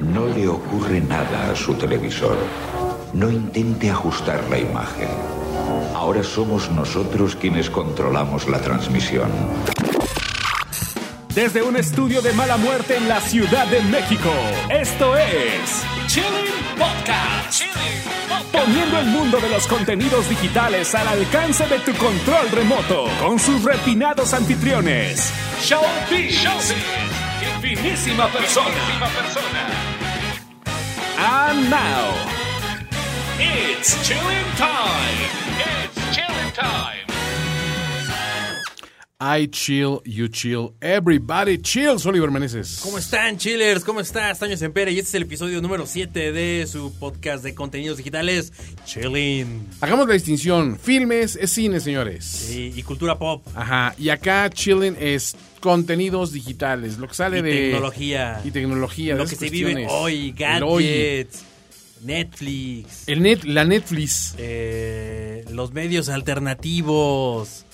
No le ocurre nada a su televisor. No intente ajustar la imagen. Ahora somos nosotros quienes controlamos la transmisión. Desde un estudio de mala muerte en la Ciudad de México, esto es Chilling Podcast. Poniendo el mundo de los contenidos digitales al alcance de tu control remoto con sus refinados anfitriones. Showbiz. Finísima persona. And now, it's chilling time. It's chilling time. I chill, you chill, everybody chills, Oliver Meneses. ¿Cómo están, chillers? ¿Cómo estás? Taño Sempere y este es el episodio número 7 de su podcast de contenidos digitales, Chilling Hagamos la distinción, filmes es cine, señores. y, y cultura pop Ajá, y acá chilling es contenidos digitales, lo que sale y de... tecnología. Y tecnología. de Lo esas que se vive cuestiones. hoy, El hoy. gadgets, Netflix, El net, la Netflix. eh, los medios alternativos.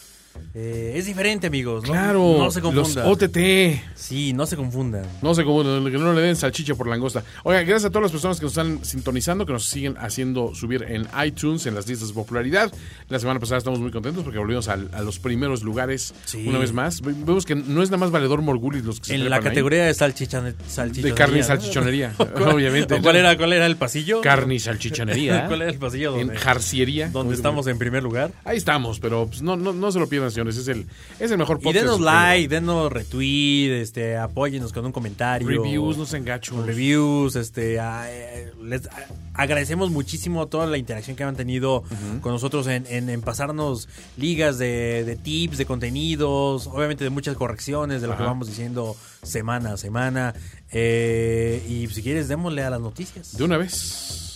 Eh, es diferente, amigos. ¿no? Claro, No se los confundan. OTT. Sí, no se confundan. No sé cómo, que no le den salchicha por langosta. Oiga, gracias a todas las personas que nos están sintonizando, que nos siguen haciendo subir en iTunes, en las listas de popularidad. La semana pasada estamos muy contentos porque volvimos al- a, los primeros lugares Sí. una vez más. Ve- Vemos que no es nada más Valedor Morgulis los que se En trepan la ahí. categoría de salchichane- salchichonería. De carne y ¿no? salchichonería, ¿O cuál- obviamente. ¿o ¿Cuál era, cuál era el pasillo? Carne y salchichonería. ¿Cuál era el pasillo En donde, jarciería. donde estamos en primer lugar? Ahí estamos, pero pues, no, no, no se lo pierdan, señores. Es el, es el mejor Y podcast. denos del like, denos retweet, este, apóyenos con un comentario. mundo. Reviews, no se engachos. Reviews, este, a- eh, les a- agradecemos muchísimo toda la interacción que han tenido con nosotros en, en- en pasarnos ligas de, de tips, de contenidos, obviamente de muchas correcciones de lo que Ajá. vamos diciendo semana a semana. Eh, y si quieres, démosle a las noticias. De una vez.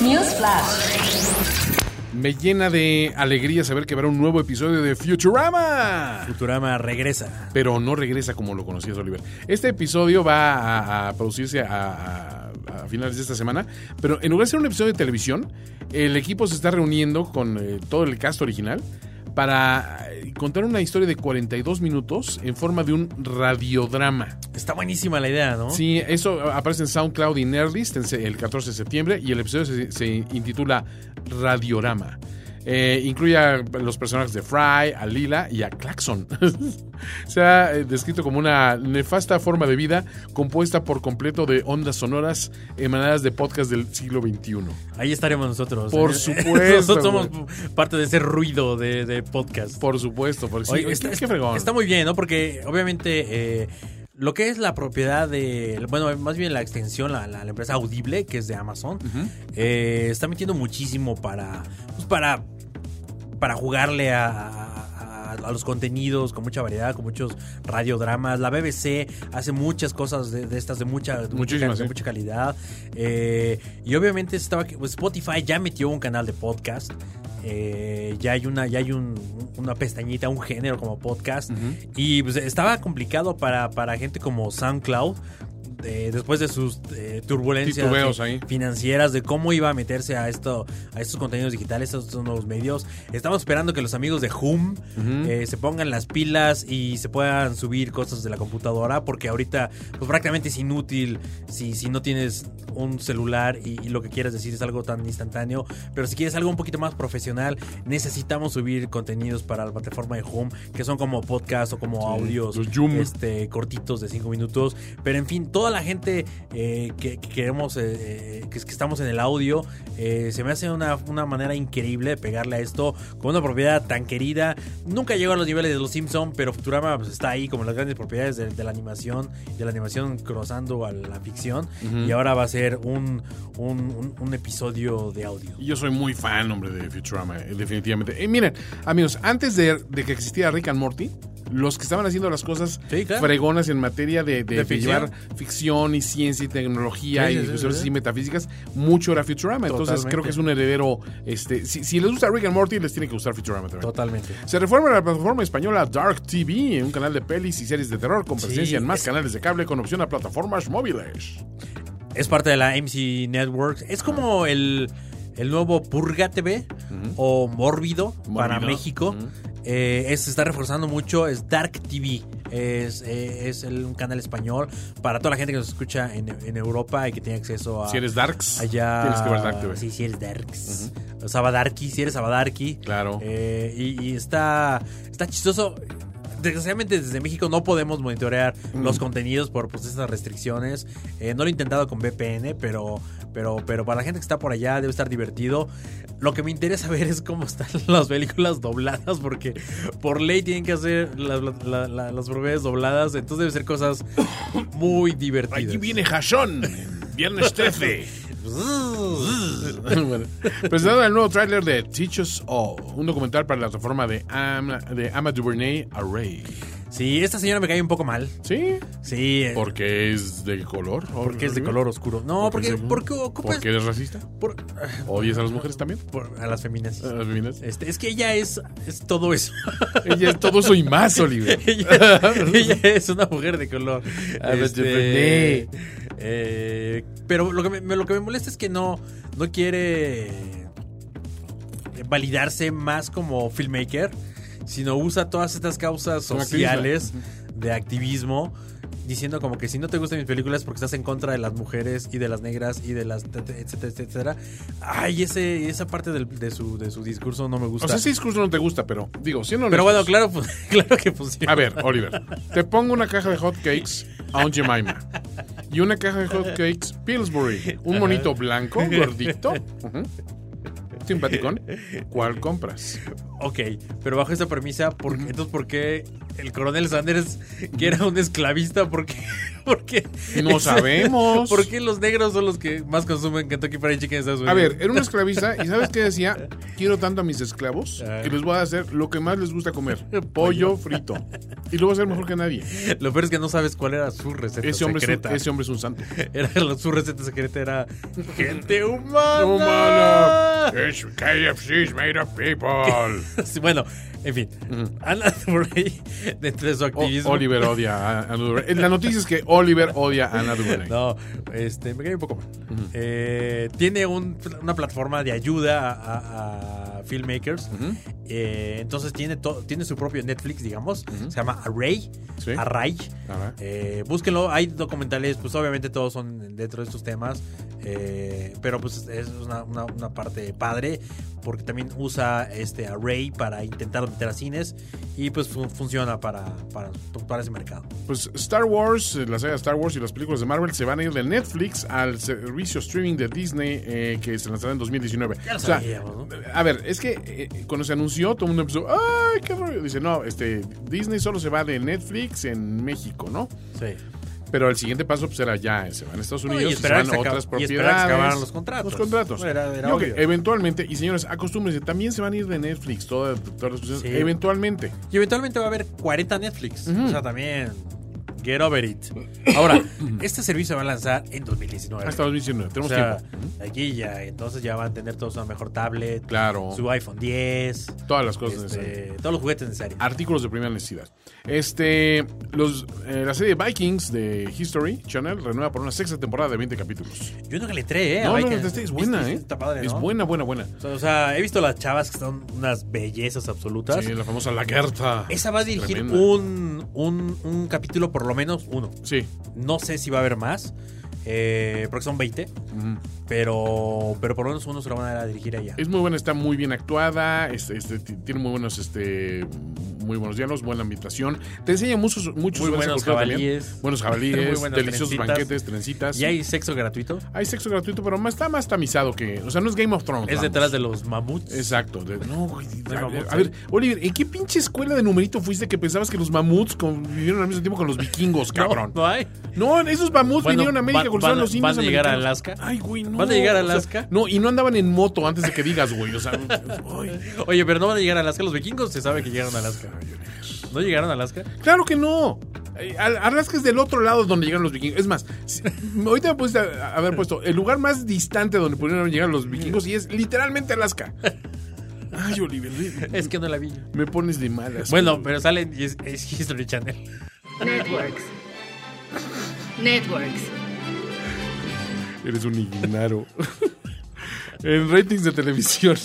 Newsflash. Me llena de alegría saber que habrá un nuevo episodio de Futurama. Futurama regresa. pero no regresa como lo conocías, Oliver. Este episodio va a, a producirse a, a- a finales de esta semana, pero en lugar de ser un episodio de televisión, el equipo se está reuniendo con eh, todo el cast original para eh, contar una historia de 42 minutos en forma de un radiodrama. Está buenísima la idea, ¿no? Sí, eso aparece en SoundCloud y Nerdist en se- el 14 de septiembre y el episodio se, se intitula Radiorama. Eh, incluye a los personajes de Fry, a Lila y a Claxon. Se ha eh, descrito como una nefasta forma de vida compuesta por completo de ondas sonoras emanadas de podcast del siglo XXI. Ahí estaremos nosotros. Por Eh, supuesto, nosotros somos parte de ese ruido de, de podcast. Por supuesto, porque sí, Oye, ¿qué- está, qué fregón. está muy bien, ¿no? Porque obviamente eh, lo que es la propiedad de, bueno, más bien la extensión, la, la- la empresa Audible, que es de Amazon, eh, está metiendo muchísimo para, pues, para, para jugarle a... a- a los contenidos con mucha variedad, con muchos radiodramas. La BBC hace muchas cosas de, de estas de mucha, de mucha- Muchísimas, de sí. mucha calidad. Eh, y obviamente estaba que- pues, Spotify ya metió un canal de podcast. Eh, ya hay una, ya hay un- una pestañita, un género como podcast. Y pues, estaba complicado para, para gente como SoundCloud. eh, después de sus eh, turbulencias Titubeos fi- ahí. financieras, de cómo iba a meterse a esto, a estos contenidos digitales, a estos nuevos medios. Estamos esperando que los amigos de Hum eh, se pongan las pilas y se puedan subir cosas de la computadora, porque ahorita, pues prácticamente es inútil si, si no tienes un celular y, y lo que quieras decir es algo tan instantáneo. Pero si quieres algo un poquito más profesional, necesitamos subir contenidos para la plataforma de Home, que son como podcasts o como audios los Yum. este, cortitos de 5 minutos. Pero en fin, toda la gente eh, que, que queremos, eh, eh, que, es- que estamos en el audio, eh, se me hace una, una manera increíble de pegarle a esto con una propiedad tan querida. Nunca llegó a los niveles de los Simpson, pero Futurama pues, está ahí como las grandes propiedades de, de la animación, de la animación cruzando a la ficción. Y ahora va a ser un, un, un- un episodio de audio. Y Yo soy muy fan, hombre, de Futurama, eh, definitivamente. Y miren, amigos, antes de, de que existiera Rick and Morty, los que estaban haciendo las cosas Sí, claro. fregonas en materia de, de- De de ficción. llevar ficción y ciencia y tecnología Sí, sí, y sí, cuestiones sí. así metafísicas, mucho era Futurama. Entonces Totalmente. creo que es un heredero. Este, si, si les gusta Rick and Morty, les tiene que gustar Futurama también. Totalmente. Se reforma la plataforma española Dark TV, un canal de pelis y series de terror con presencia Sí, en más es- canales de cable con opción a plataformas móviles. Es parte de la MC Networks. Es como el, el nuevo Purga TV o Mórbido, para Mórbido. México. Eh, es- se está reforzando mucho. Es Dark TV. Es, eh, es el- un canal español para toda la gente que nos escucha en, en Europa y que tiene acceso a. Si eres Darks, Allá. tienes que ver Dark TV. Sí, si eres Darks. Sabadarki, si eres Sabadarki. Claro. Eh, y, y está, está chistoso. Desgraciadamente desde México no podemos monitorear los contenidos por pues, estas restricciones. Eh, no lo he intentado con VPN, pero, pero, pero para la gente que está por allá debe estar divertido. Lo que me interesa ver es cómo están las películas dobladas, porque por ley tienen que hacer las, la- la- las propiedades dobladas. Entonces debe ser cosas muy divertidas. Jashón. Viernes 13. Bueno, presentado el nuevo tráiler de Teach Us All, un documental para la plataforma de, Ama- de Ama DuVernay Array. Sí, esta señora me cae un poco mal. ¿Sí? Sí, eh, Porque es de color. porque ¿Mm? es de color Pues- oscuro. No, Porque porque, es de- porque ocupas Porque eres racista. por- ah, ¿Odias a las mujeres también? Ah, por- a las feministas. ¿A las feministas? Este, es que ella es, es todo eso. Ella es todo eso y más, Oliver. ella, ella es una mujer de color. A ver, Este, Duvernay. eh, pero lo que, me, me- lo que me molesta es que no, no quiere validarse más como filmmaker, sino usa todas estas causas Como sociales de activismo. Diciendo como que si no te gustan mis películas es porque estás en contra de las mujeres y de las negras y de las te- te- etcétera, etcétera. Ay, ese, esa parte del- de, su, de su discurso no me gusta. O sea, ese discurso no te gusta, pero digo, siendo Pero bueno, honestos- claro, pues, claro que funciona. A ver, Oliver, te pongo una caja de hot cakes Aunt Jemima y una caja de hot cakes Pillsbury. Un monito blanco, gordito, ujú, simpaticón. ¿Cuál compras? Ok, pero bajo esa premisa, ¿por qué- entonces ¿por qué el coronel Sanders, que era un esclavista, por qué? por qué- No sabemos. ¿Por qué los negros son los que más consumen Kentucky Fried Chicken en Estados Unidos? A ver, era un esclavista y ¿sabes qué decía? Quiero tanto a mis esclavos que les voy a hacer lo que más les gusta comer, pollo frito. Y lo voy a hacer mejor que nadie. Lo peor es que no sabes cuál era su receta Ese hombre, es un, secreta. ese hombre es un santo. Era, la- su receta secreta era gente humana. Humana. It's KFC is made of people. Sí, bueno, en fin. Ana Murray, dentro de su O- activismo. Oliver odia a Ana DuVernay. Eh, La noticia es que Oliver odia a Ana DuVernay. No, este, me cae un poco mal. Eh, tiene un- una plataforma de ayuda a, a- a filmmakers. Eh, entonces tiene, to- tiene su propio Netflix, digamos. Se llama Array. Sí. Array. Ajá. Eh, búsquenlo. Hay documentales, pues obviamente todos son dentro de estos temas. eh, pero pues es una, una- una parte padre. Porque también usa este Array para intentar meter a cines. Y pues fun- funciona para, para, para ese mercado. Pues Star Wars, eh, la saga de Star Wars y las películas de Marvel se van a ir de Netflix al servicio streaming de Disney eh, que se lanzará en 2019. Ya lo O sea, sabíamos, ¿no? A ver, es que eh, cuando se anunció, todo el mundo empezó, ¡ay, qué rollo! Dice, no, este, Disney solo se va de Netflix en México, ¿no? Sí. Pero el siguiente paso pues, era ya, se van a Estados No, y Unidos, y se esperar van a que se acab- otras y esperar que se propiedades. acabaran los contratos. Los contratos. Era- era Digo que obvio. eventualmente, y señores, acostúmbrense, también se van a ir de Netflix todas, todas las cosas. Sí. Eventualmente. Y eventualmente va a haber 40 Netflix. O sea, también. Get over it. Ahora, este servicio se va a lanzar en 2019. Hasta 2019. o Tenemos sea, tiempo. aquí ya, entonces ya van a tener todos una mejor tablet, Claro. su iPhone 10, Todas las cosas este, necesarias. todos los juguetes necesarios. Artículos de primera necesidad. Este, los, eh, la serie Vikings de History Channel renueva por una sexta temporada de 20 capítulos. Yo nunca le entré, ¿eh? a No, no, no, Vikings. esta es buena, Viste, ¿eh? Está padre, Es ¿no? buena, buena, buena. O sea, o sea, he visto las chavas que son unas bellezas absolutas. Sí, la famosa Lagerta. Esa va a dirigir Tremenda. un, un, un capítulo, por lo menos uno. Sí. No sé si va a haber más, eh, porque son 20. Ujú. Pero, pero por lo menos uno se lo van a, dar a dirigir allá. Es muy buena, está muy bien actuada, este, este, ti- tiene muy buenos, este, muy buenos diálogos, buena ambientación. Te enseña muchos, muchos Muy sobre esa buenos cultura también. jabalíes. buenos Muy jabalíes, buenas deliciosos trencitas. banquetes, trencitas. ¿Y hay sexo gratuito? Hay sexo gratuito, pero más, está más tamizado que, o sea, no es Game of Thrones. ¿Es vamos. detrás de los mamuts? Exacto. de- no, güey, De a- mamuts, a ver, Oliver, ¿en qué pinche escuela de numerito fuiste que pensabas que los mamuts convivieron al mismo tiempo con los vikingos, cabrón? ¿No hay? No, esos mamuts Bueno, vinieron a América van- cuando estaban van- los indios van a llegar a americanos. Alaska. Ay, güey, no. ¿Van a llegar a o sea, Alaska? no, y no andaban en moto antes de que digas, güey. O sea, ay. Oye, pero no van a llegar a Alaska. Los vikingos se sabe que llegaron a Alaska. ¿No llegaron a Alaska? Claro que no. Eh, Al- Alaska es del otro lado donde llegan los vikingos. Es más, si- ahorita me pudiste a- haber puesto el lugar más distante donde pudieron llegar los vikingos y es literalmente Alaska. Ay, Oliver, Es que no la vi. me pones de malas. Bueno, pero salen y es, es History Channel. Networks. Networks. Eres un ignaro. en ratings de televisión,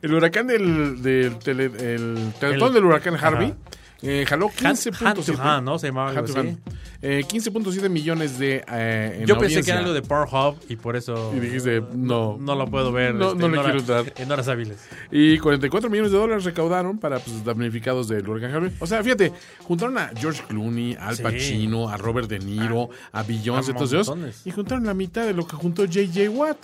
el huracán del, del tele- el, teletón El- del huracán Harvey. Ajá. Eh, jaló Hand- Hand to 15.7 Hand, ¿no? Se llamaba algo Hand to así. Hand. Eh, 15.7 millones de. eh, en Yo pensé audiencia. que era algo de Pornhub y por eso Y dijiste, no. no lo puedo ver No, este, no en le hora- quiero dar. en horas hábiles. Y 44 millones de dólares recaudaron para pues, damnificados del huracán Harvey. O sea, fíjate, juntaron a George Clooney, a Al Sí. Pacino, a Robert De Niro, a Beyoncé, a todos ellos. montones. Y juntaron la mitad de lo que juntó J.J. Watt.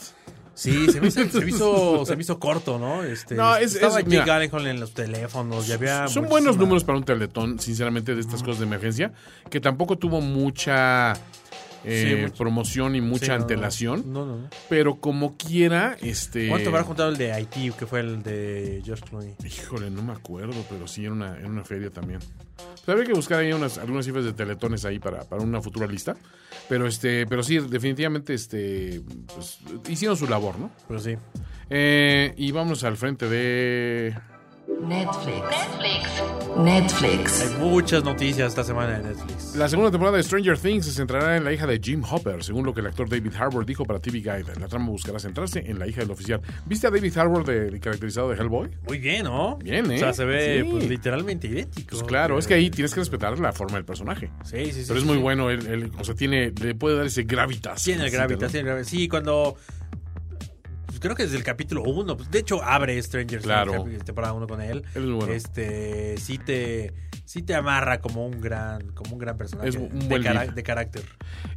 Sí, se me hizo, se me hizo, se me hizo corto, ¿no? Este, No, es- estaba es- Jake mira. Gyllenhaal en los teléfonos. ya había Son muchísima- buenos números para un teletón, sinceramente, de estas cosas de emergencia, que tampoco tuvo mucha eh, Sí, mucho. promoción y mucha Sí, no, no. antelación. No, no, no. Pero como quiera, este. ¿Cuánto habrá juntado el de Haití, que fue el de George Clooney? Híjole, no me acuerdo, pero sí, era una, era una feria también. Pues habría que buscar ahí unas, algunas cifras de teletones ahí para, para una futura lista. Pero este, pero sí, definitivamente este, pues, hicieron su labor, ¿no? Pero Pues sí. Eh, y vamos al frente de... Netflix. Netflix. Hay muchas noticias esta semana en Netflix. La segunda temporada de Stranger Things se centrará en la hija de Jim Hopper, según lo que el actor David Harbour dijo para TV Guide. La trama buscará centrarse en la hija del oficial. ¿Viste a David Harbour de, caracterizado de Hellboy? Muy bien, ¿no? Bien, ¿eh? O sea, se ve Sí. pues, literalmente idéntico. Pues claro, es que ahí tienes que respetar la forma del personaje. Sí, sí, sí. Pero es sí, muy sí. bueno, él, él, o sea, tiene, le puede dar ese gravitas. Tiene el gravitas, tiene el gravitas. Sí, cuando. pues, creo que desde el capítulo 1. de hecho, abre Stranger Things, Claro. cap- temporada 1 con él. Él es muy bueno. Este. Sí te. Sí te amarra como un gran. Como un gran personaje. Es un de, buen cara- lead. de carácter.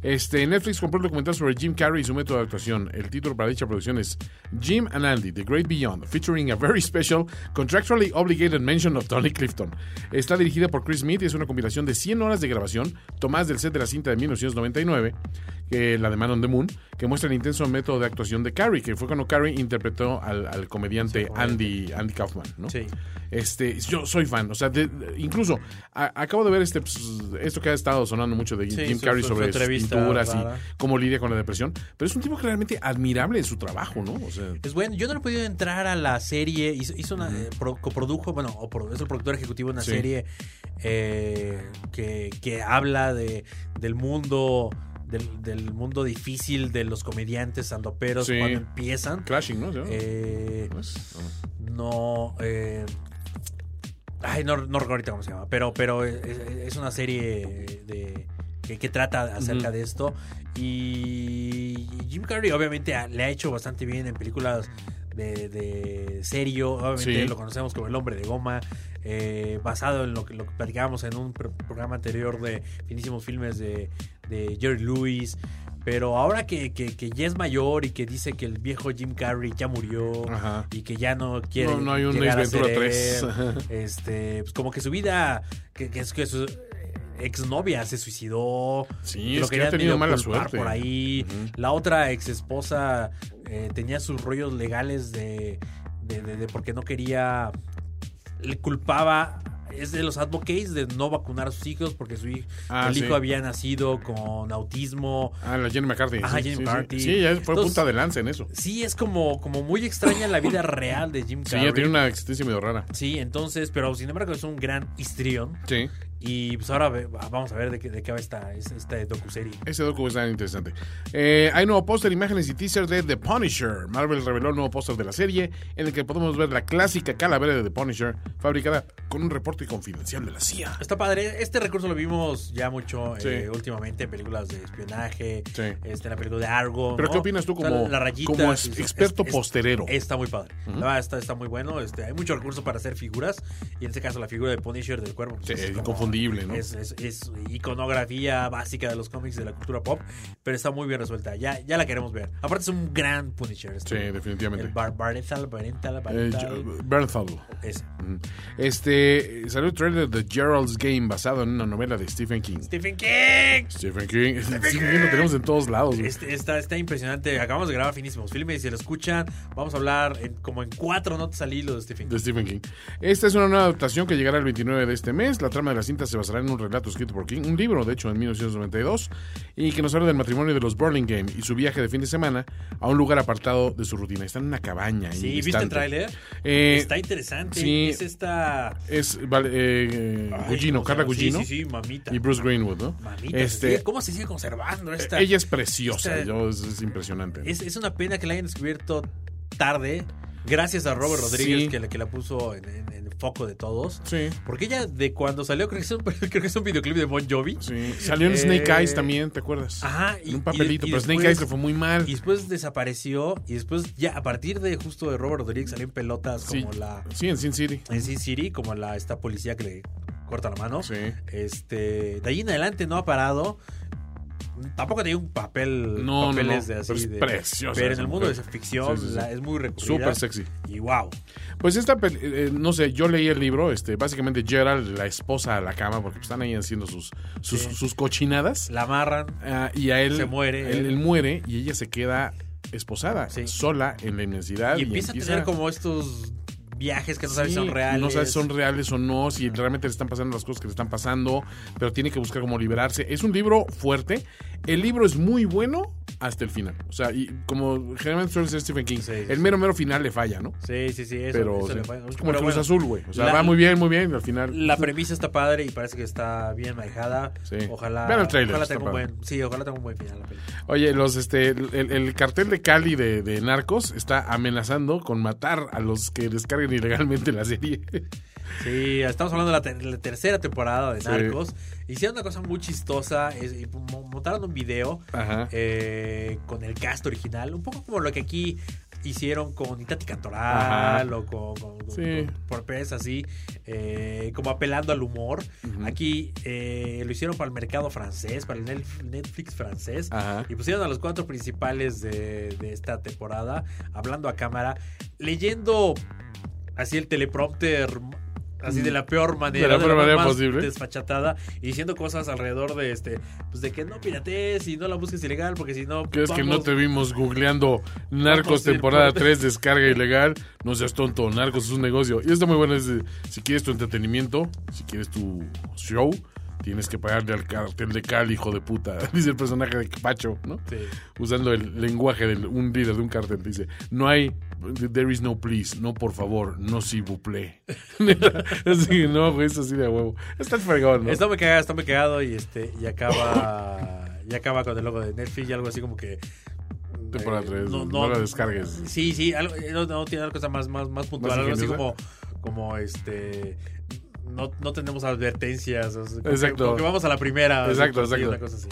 Este, Netflix compró el documental sobre Jim Carrey y su método de actuación. El título para dicha producción es Jim and Andy, The Great Beyond, featuring a very special, contractually obligated mention of Tony Clifton. Está dirigida por Chris Smith y es una combinación de 100 horas de grabación tomadas del set de la cinta de 1999, que, la de Man on the Moon, que muestra el intenso método de actuación de Carrey, que fue cuando Carrey interpretó al, al comediante Andy, Andy Kaufman. ¿no? Sí. Este, yo soy fan, o sea, de- de- incluso a- acabo de ver este pues, esto que ha estado sonando mucho de Sí, Jim su- Carrey su- su sobre sus entrevista pinturas rara. y cómo lidia con la depresión, pero es un tipo que realmente admirable en su trabajo, ¿no? O sea, Es bueno, yo no he podido entrar a la serie. Hizo, hizo una. eh, pro- coprodujo, bueno, o pro- es el productor ejecutivo de una Sí. serie eh, que, que habla de, del mundo. Del, del mundo difícil de los comediantes sandoperos Sí. cuando empiezan. Clashing, ¿no? Eh, ¿No es? no. eh, ay, no, no recuerdo ahorita cómo se llama. Pero, pero es, es una serie de. Que, que trata acerca de esto. Y Jim Carrey, obviamente, a- le ha hecho bastante bien en películas de, de serio. Obviamente, Sí. lo conocemos como el hombre de goma. eh, basado en lo que, lo que platicábamos en un pro- programa anterior de finísimos filmes de, de Jerry Lewis. Pero ahora que, que- que ya es mayor y que dice que el viejo Jim Carrey ya murió Ajá. y que ya no quiere. No, no hay un llegar a Ace Ventura ser 3. él. Ajá. Este, pues como que su vida, que, que es que su exnovia se suicidó. Sí, lo es que ha querían tenido medio mala culpar suerte. Por ahí. La otra ex esposa tenía sus rollos legales de, de, de- de porque no quería. Le culpaba. Es de los advocates de no vacunar a sus hijos porque su hijo, Ah, el sí. hijo había nacido con autismo. Ah, la Jenny McCarthy. Ajá, Jenny sí, McCarthy. Sí, Sí, ella fue Entonces- punta de lanza en eso. Sí, es como, como muy extraña la vida real de Jim Sí, Carrey. ella tiene una existencia medio rara. Sí, entonces, pero sin embargo es un gran histrión. Sí. Y pues ahora ve- vamos a ver de qué, de qué va esta, es- esta docuserie. Ese docu está interesante. Eh, hay nuevo póster, imágenes y teaser de The Punisher. Marvel reveló el nuevo póster de la serie, en el que podemos ver la clásica calavera de The Punisher, fabricada con un reporte confidencial de la CIA. Está padre, este recurso lo vimos ya mucho Sí. eh, últimamente en películas de espionaje, Sí. este, en la película de Argo. ¿Pero ¿no? qué opinas tú O sea, como- la rayita, como es- sí, sí, experto posterero? Está muy padre, la verdad está, está muy bueno, este, hay mucho recurso para hacer figuras y en este caso la figura de Punisher del cuervo. pues, Sí, es como- inconfundible, ¿no? Es, es- es iconografía básica de los cómics de la cultura pop, pero está muy bien resuelta, ya, ya la queremos ver. Aparte es un gran Punisher. este, Sí, definitivamente. El bar, Barenthal, Barenthal, Eh, Barenthal, J- Bernthal. ese. Este, eh, salió el trailer de Gerald's Game basado en una novela de Stephen King. Stephen King. Stephen King. Sí, lo tenemos en todos lados. güey. Este- está, está impresionante. Acabamos de grabar finísimos filmes. Si lo escuchan, vamos a hablar en- como en cuatro notas al hilo de Stephen King. de Stephen King. Esta es una nueva adaptación que llegará el 29 de este mes. La trama de la cinta se basará en un relato escrito por King, un libro, de hecho, en 1992, y que nos habla del matrimonio de los Burlingame y su viaje de fin de semana a un lugar apartado de su rutina. Están en una cabaña. ahí Sí, ¿viste distante. el tráiler? Eh, está interesante. sí. Es esta. Es vale, eh, Ay, Gugino, ¿cómo se Carla llama? Sí, Gugino Sí, sí, mamita. y Bruce Greenwood, ¿no? Mamita, se este, sigue- ¿Cómo se sigue conservando esta? ella es preciosa, esta- yo- es, es impresionante. es, es una pena que la hayan descubierto tarde. Gracias a Robert Sí. Rodríguez que, la, que la puso en, en- en el foco de todos. Sí. Porque ella, de cuando salió, creo que es un, creo que es un videoclip de Bon Jovi. Sí. Salió en Eh, Snake Eyes también, ¿te acuerdas? Ajá, En un papelito, y- y pero Snake después- Eyes le fue muy mal. Y después desapareció. Y después, ya a partir de justo de Robert Rodríguez, salió en pelotas Sí. como la. Sí, en Sin City. En Sin City, como la esta policía que le corta la mano. Sí. Este. De ahí en adelante no ha parado. Tampoco tenía un papel. No, no, papeles no, de así. pero es de- preciosa Pero en esa el mundo de mujer. esa ficción Sí, sí, sí. la- es muy recurrida. Súper sexy. Y wow. Pues esta, pel- eh, eh, no sé, yo leí el libro, este, básicamente Gerald, la esposa a la cama, porque están ahí haciendo sus, sus, sus cochinadas. La amarran. Ah, y a él Se muere. eh. Él, él muere y ella se queda esposada, Sí. sola en la inmensidad. Y empieza a tener como estos viajes que no sabes si son Sí, reales. No sabes si son reales o no, si realmente le están pasando las cosas que le están pasando, pero tiene que buscar cómo liberarse. Es un libro fuerte. El libro es muy bueno hasta el final. O sea, y como generalmente suele ser Stephen King, Sí, sí, el sí. mero, mero final le falla, ¿no? Sí, sí, sí. Eso, pero eso le sí, fue- es como el pero Cruz bueno, Azul, güey. O sea, la- va muy bien, muy bien, y al final. La premisa está padre y parece que está bien manejada. Sí. Ojalá. Vean el tráiler, ojalá está tenga un padre. buen, sí, ojalá tenga un buen final la película. Oye, los este el, el cartel de Cali de, de Narcos está amenazando con matar a los que descarguen ilegalmente la serie. Sí, estamos hablando de la, ter- la tercera temporada de Sí. Narcos. Hicieron una cosa muy chistosa. es- y mo- montaron un video Ajá. eh, con el cast original. Un poco como lo que aquí hicieron con Itati Cantoral Ajá. o con, con, con- Sí. con Porpés, así. eh, como apelando al humor. Aquí eh, lo hicieron para el mercado francés, para el Netf- Netflix francés. Ajá. Y pusieron a los cuatro principales de, de esta temporada hablando a cámara, leyendo así el teleprompter, así de la peor manera, Mm. De la peor manera más posible. desfachatada, y diciendo cosas alrededor de este, pues de que no piratees y no la busques ilegal, porque si no. ¿Crees que no vamos- te vimos googleando Narcos Vamos a ir temporada por- 3, descarga ilegal? No seas tonto, Narcos es un negocio. Y está muy bueno, es de, si quieres tu entretenimiento, si quieres tu show, tienes que pagarle al cartel de Cali, hijo de puta, dice el personaje de Pacho, ¿no? Sí. Usando el lenguaje de un líder de un cartel, dice, no hay, there is no please, no por favor, no si buple. así que no, güey, es así de huevo. Está fregón, ¿no? Está muy cagado, está muy cagado y este y acaba y acaba con el logo de Netflix y algo así como que Temporada eh, tres, no la descargues. Sí, sí, algo, eh, no, no, tiene una cosa más más más puntual, algo así como ingeniosa. como este no, no tenemos advertencias, o sea, como Exacto. Que, como que vamos a la primera, o sea, Exacto, sí, exacto. una cosa así.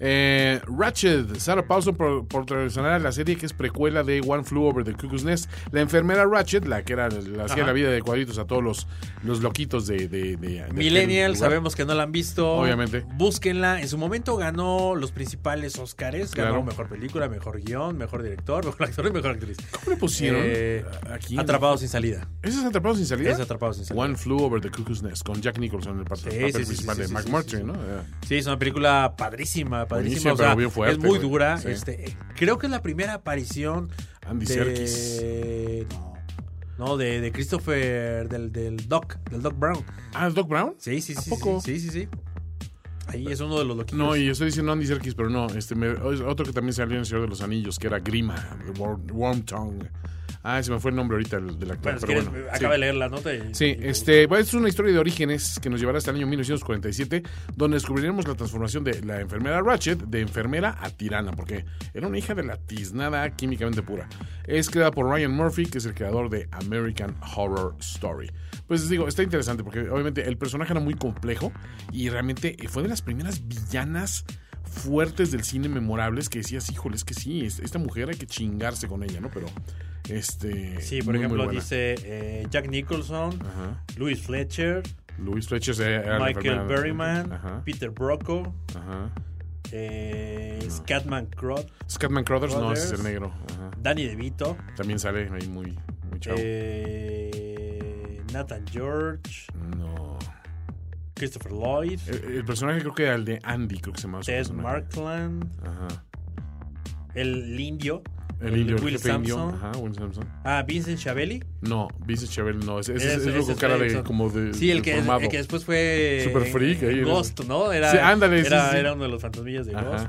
Eh, Ratchet, Sarah Paulson por, por traicionar a la serie que es precuela de One Flew Over the Cuckoo's Nest. La enfermera Ratchet, la que era la hacía Ajá. la vida de cuadritos a todos los, los loquitos de, de, de- de aquel Millennials, lugar. sabemos que no la han visto. Obviamente. Búsquenla. En su momento ganó los principales Óscares. Ganó Claro. mejor película, mejor guión, mejor director, mejor actor y mejor actriz. ¿Cómo le pusieron Eh, aquí? Atrapados sin salida. ¿Ese es Atrapado sin salida? Es Atrapados sin salida. One Flew Over the Cuckoo's Nest con Jack Nicholson en el papel, Sí, sí, papel sí, sí, principal sí, de sí, Mark sí, Murtry, sí, ¿no? sí. Eh, Sí, es una película padrísima, Buenísima, padrísima. O pero sea, bien fuerte, es muy güey. dura. Sí. Este, eh, creo que es la primera aparición Andy de... Serkis. No, no de, de Christopher, del, del Doc, del Doc Brown. Ah, ¿es Doc Brown? Sí, sí, ¿A sí. poco? Sí, sí, sí. sí. Ahí es uno de los loquitos. No, y estoy diciendo Andy Serkis, pero no. Este, me- otro que también salió en El Señor de los Anillos, que era Grima, Worm, Tongue. Ah, se me fue el nombre ahorita del, del actor. Bueno, si pero quieres, bueno, sí. acaba de leer la nota. Y, Sí, y- este, bueno, es una historia de orígenes que nos llevará hasta el año 1947, donde descubriremos la transformación de la enfermera Ratchet de enfermera a tirana, porque era una hija de la tiznada químicamente pura. Es creada por Ryan Murphy, que es el creador de American Horror Story. Pues digo, está interesante porque obviamente el personaje era muy complejo y realmente fue de las primeras villanas fuertes del cine memorables que decías, híjole, es que sí, es- esta mujer hay que chingarse con ella, ¿no? Pero, este... Sí, muy, por muy ejemplo, buena. dice eh, Jack Nicholson, Ajá. Louis Fletcher, Luis Fletcher era la Michael enfermera. Berryman, Ajá, Ah. Peter Brocco, ajá. eh, Scatman Croth, Scatman Crothers, no, ese es el Crothers. negro. Ajá. Danny DeVito, También sale ahí muy, muy chavo. eh, Nathan George, no. Christopher Lloyd, El, el personaje creo que era el de Andy, creo que se llama. su Ted personaje. Markland, Ajá. el indio, El indio, el Will jefe indio. Sampson. Ajá, Will Sampson. ah, Vincent Schiavelli. No, Vincent Chevelle no. Ese, ese, Ese- es ese el con es cara de, Erickson. como de. Sí, el que, el deformado. que después fue. Super en- freak, en ahí, Ghost, ¿no? Era, Sí, ándale, sí, era, sí. era uno de los fantasmillas de Ajá. Ghost.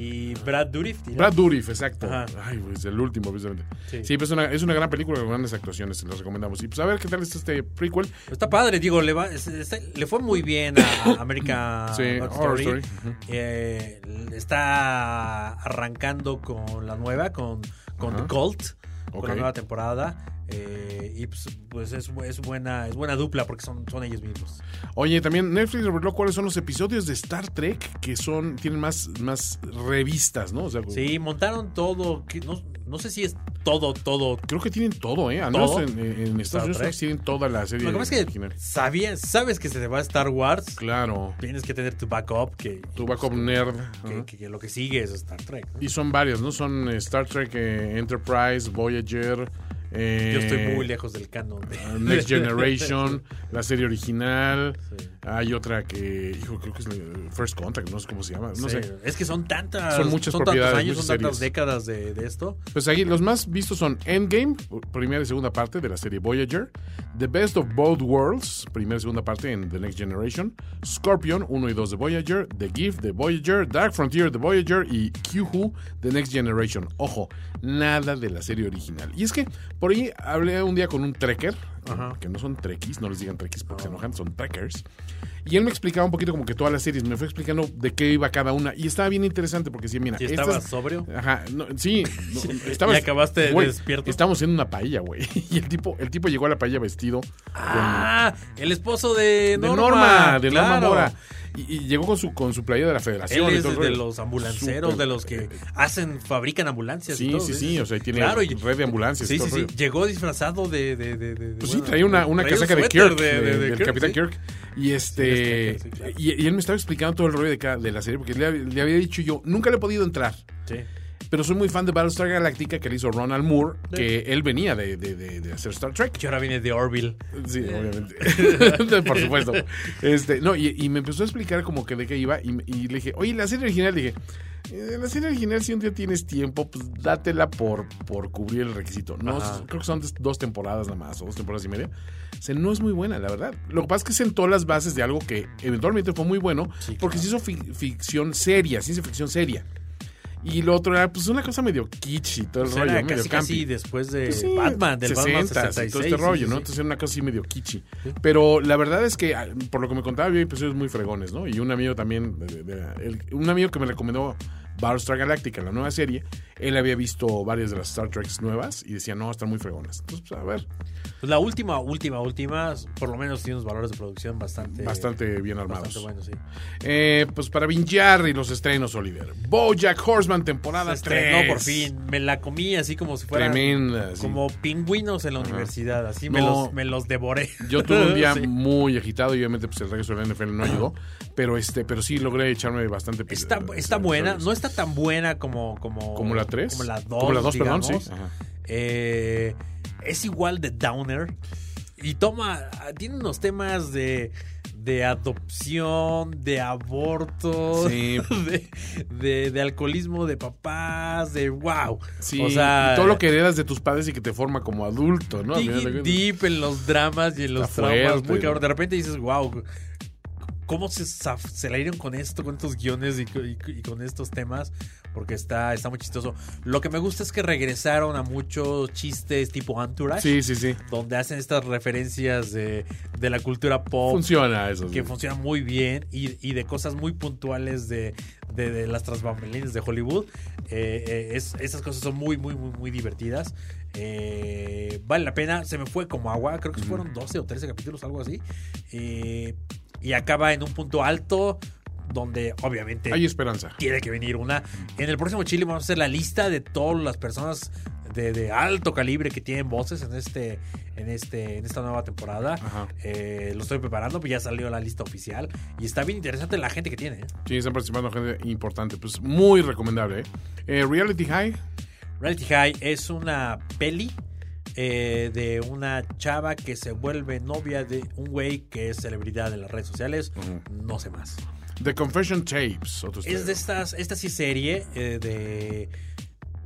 Y Brad Dourif. ¿no? Brad Dourif, exacto. Ajá. Ay, pues el último, precisamente. Sí, Sí. pues es una, es una gran película con grandes actuaciones, se las recomendamos. Y pues a ver qué tal es este prequel. Está padre, digo, le, va, es- está- le fue muy bien a American Sí, Horror Horror Story. Story. Eh, está arrancando con la nueva, con, con The Cult. Ok. con la nueva temporada. eh, y pues, pues es, es buena es buena dupla porque son, son ellos mismos. Oye, también Netflix reveló cuáles son los episodios de Star Trek que son tienen más, más revistas, ¿no? O sea, Sí, montaron todo. que No, no sé si es todo, todo. creo que tienen todo, ¿eh? Al menos ¿Todo? en, en- en Star Estados Unidos Trek. tienen toda la serie. Lo que pasa es que original. sabía- sabes que se te va a Star Wars. Claro. Tienes que tener tu backup que, Tu backup nerd. que, Ajá. que- que lo que sigue es Star Trek. ¿no? Y son varias, ¿no? Son eh, Star Trek, eh, Enterprise, Voyager. eh, Yo estoy muy lejos del canon. de- Next Generation, la serie original. Sí. Hay otra que, hijo, creo que es eh, First Contact, no sé cómo se llama. No Sí, sé. Es que son tantas. Son muchas tantos propiedades, años, muchas son tantas series. décadas de, de esto. Pues aquí los más vistos son Endgame, primera y segunda parte de la serie Voyager, The Best of Both Worlds, primera y segunda parte en The Next Generation, Scorpion 1 y 2 de Voyager, The Gift de Voyager, Dark Frontier de Voyager y Q-Who The Next Generation. Ojo, nada de la serie original. Y es que por ahí hablé un día con un trekker, que no son trekkies, no les digan trekkies porque se enojan, son trekkers. Y él me explicaba un poquito como que todas las series, me fue explicando de qué iba cada una. Y estaba bien interesante porque decía, mira, ¿Y estabas estas- sobrio? Ajá, no, sí, no, estabas- Y acabaste güey, despierto. Estábamos en una paella, güey. Y el tipo, el tipo llegó a la paella vestido Ah, el esposo de de Norma. Norma, de Norma claro. Mora. Y, y llegó con su con su playera de la Federación. Él y es todo el de rollo. los ambulanceros, Súper, de los que eh, hacen, fabrican ambulancias. y Sí, todo, sí, sí, o sea, tiene y- red de ambulancias y Sí, todo sí, el sí. rollo. Llegó disfrazado de. de, de, de- Pues sí, bueno, traía una, una traía un casaca de suéter Kirk, de- de- de- de del Kirk, Capitán sí. Kirk. Y este. Sí, sí, claro. y, y él me estaba explicando todo el rollo de, cada- de la serie, porque le, hab- le había dicho yo, nunca le he podido entrar. Sí. Pero soy muy fan de Battlestar Galactica que le hizo Ronald Moore, que él venía de, de- de- de hacer Star Trek. Que ahora viene de Orville. Sí, obviamente. Por supuesto. Este, no, y, y me empezó a explicar como que de qué iba y, me- y le dije, oye, la serie original, le dije, "Eh, la serie original si un día tienes tiempo, pues dátela por, por cubrir el requisito. No, Ajá. creo que son des- dos temporadas nada más, o dos temporadas y media. O sea, no es muy buena, la verdad. Lo que pasa es que sentó las bases de algo que eventualmente fue muy bueno, porque se hizo fi- ficción seria, ciencia ficción seria. Y lo otro era, pues, una cosa medio kitsch y todo el Pues era rollo, medio casi, casi campi. después de Pues sí, Batman, del Batman 60s, 66. y todo este sí, rollo, sí, ¿no? sí. Entonces era una cosa así medio kitschy. Pero la verdad es que, ah, por lo que me contaba, había episodios muy fregones, ¿no? Y un amigo también, de- de- de- el- un amigo que me recomendó Battlestar Galactica, la nueva serie, él había visto varias de las Star Treks nuevas y decía, no, están muy fregonas. Entonces, pues, a ver, Pues la última, última, última, por lo menos tiene unos valores de producción bastante. bastante bien armados. Bastante buenos, sí. Eh, pues para vinchar y los estrenos, Oliver. Bojack Horseman, Se temporada 3. estrenó por fin. Me la comí así como si fuera. Tremenda. sí. Como pingüinos en la universidad. Así me, No. los, me los devoré. Yo tuve un día Sí. muy agitado y obviamente pues el regreso de la NFL no ayudó, pero este, pero sí logré echarme bastante pi- Está, eh, está buena, episodios. no está tan buena como. Como, como la 3. Como la 2. Como la 2, perdón, digamos. sí. Ajá. Eh, es igual de Downer. Y toma. Tiene unos temas de. De adopción, de aborto, Sí. de, de- de alcoholismo de papás, de wow. Sí, o sea, y todo lo que heredas de tus padres y que te forma como adulto, ¿no? Al final de digging cuentas. deep en los dramas y en los Está traumas. fuerte, muy cabrón. ¿no? De repente dices, wow, ¿cómo se, zaf- se la dieron con esto, con estos guiones y, co- y co- y con estos temas? Porque está, está muy chistoso. Lo que me gusta es que regresaron a muchos chistes tipo Entourage, Sí, sí, sí. donde hacen estas referencias de, de la cultura pop. Funciona eso. Oh, que sí. funciona muy bien y, y de cosas muy puntuales de, de, de las transbambalinas de Hollywood. Eh, eh, es- esas cosas son muy, muy, muy, muy divertidas. Eh, vale la pena, se me fue como agua, creo que fueron 12 o 13 capítulos, algo así. Eh, y acaba en un punto alto donde obviamente Hay esperanza. tiene que venir una. En el próximo Chile vamos a hacer la lista de todas las personas de, de alto calibre que tienen voces en este, en este, en esta nueva temporada. Ajá. Eh, lo estoy preparando, pues ya salió la lista oficial y está bien interesante la gente que tiene. ¿eh? Sí, están participando gente importante. Pues muy recomendable, ¿eh? Eh, Reality High. Reality High es una peli eh, de una chava que se vuelve novia de un güey que es celebridad en las redes sociales. No sé más. The Confession Tapes. Otro Es de estreno. estas, esta sí serie eh, de,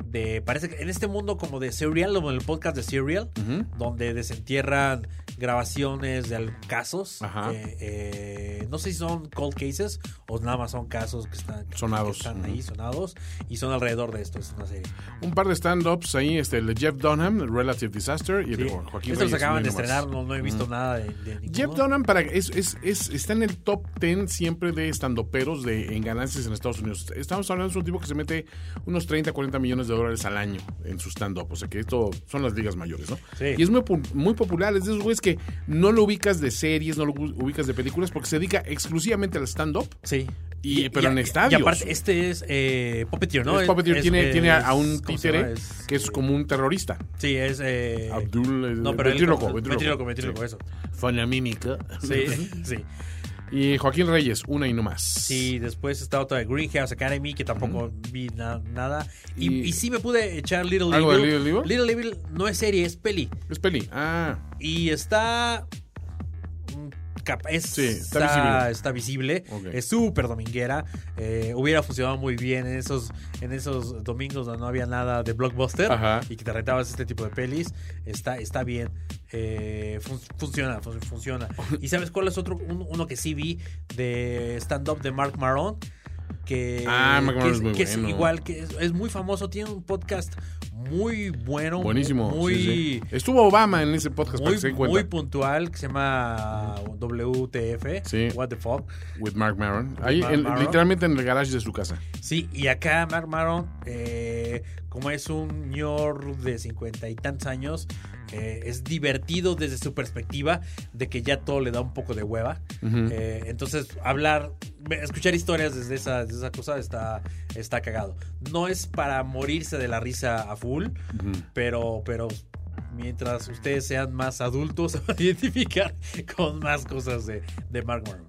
de. Parece que en este mundo como de Serial, como en el podcast de Serial, donde desentierran grabaciones de al- casos. Ajá. eh, eh, no sé si son cold cases o nada más son casos que están, que Sonados. están Ujú. ahí sonados y son alrededor de esto. Es una serie. Un par de stand-ups ahí, este, el de Jeff Dunham, Relative Disaster, y el de Sí. Jo- Joaquín Estos Reyes, acaban de miren nomás. estrenar, no, no he visto nada de, de ninguno. Jeff Dunham para, es, es- es- está en el top 10 siempre de estandoperos de, en ganancias en Estados Unidos. Estamos hablando de un tipo que se mete unos 30, 40 millones de dólares al año en su stand-up. O sea que esto son las ligas mayores, ¿no? Sí. Y es muy, pu- muy popular. Es de esos güeyes que no lo ubicas de series, no lo u- ubicas de películas, porque se dedica exclusivamente al stand-up. Sí. Y- pero en y- estadios. Y aparte, este es eh, Puppeteer, ¿no? Es Puppeteer, Es- tiene, es- tiene a un ¿cómo se llama? títere Es- que es como un terrorista. Sí, es. eh, Abdul, eh, No, pero él- ventríloco, ventríloco. ventríloco, ventríloco, ventríloco, eso. Fonamímica. Sí, sí. Y Joaquín Reyes, una y no más. Sí, después está otra de Greenhouse Academy, que tampoco vi na- nada. Y, Y- y sí me pude echar Little ¿Algo de Evil. Little Evil? Little Evil no es serie, es peli. Es peli. Ah. Y está. mm, cap- es- Sí, está está, visible. está visible. Ok. Es súper dominguera. Eh, hubiera funcionado muy bien en esos, en esos domingos donde no había nada de blockbuster Ajá. y que te rentabas este tipo de pelis. Está, está bien. Eh, fun- funciona, fun- funciona. ¿Y sabes cuál es otro? Un- uno que sí vi de stand-up de Mark Maron. Que, Ah, Mark que Maron es, es muy que bueno. igual, que es, es muy famoso. Tiene un podcast muy bueno. Buenísimo. Muy, sí, sí. Estuvo Obama en ese podcast para muy, que se den muy cuenta. puntual que se llama WTF. Sí. What the fuck. With Mark Maron. Ahí, Mark en- Maron. literalmente en el garage de su casa. Sí, y acá Mark Maron, eh, como es un ñor de cincuenta y tantos años, eh, es divertido desde su perspectiva de que ya todo le da un poco de hueva. Eh, entonces, hablar, escuchar historias desde esa, desde esa cosa está, está cagado. No es para morirse de la risa a full, pero, pero mientras ustedes sean más adultos, se van a identificar con más cosas de, de Mark Maron.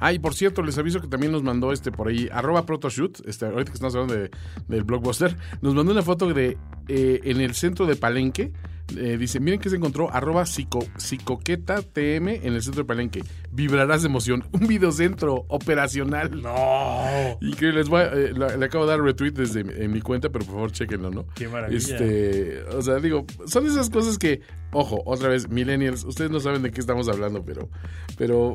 Ah, y por cierto, les aviso que también nos mandó este por ahí, arroba protoshoot, este, ahorita que estamos hablando de- del blockbuster, nos mandó una foto de eh, en el centro de Palenque. eh, dice, miren que se encontró arroba psico, psicoqueta TM en el centro de Palenque. Vibrarás de emoción. Un videocentro operacional. ¡No! Increíble, les voy a- eh, la- le acabo de dar retweet desde mi- en mi cuenta, pero por favor chequenlo, ¿no? Qué maravilla. Este, o sea, digo, son esas cosas que, ojo, otra vez, millennials, ustedes no saben de qué estamos hablando, pero, pero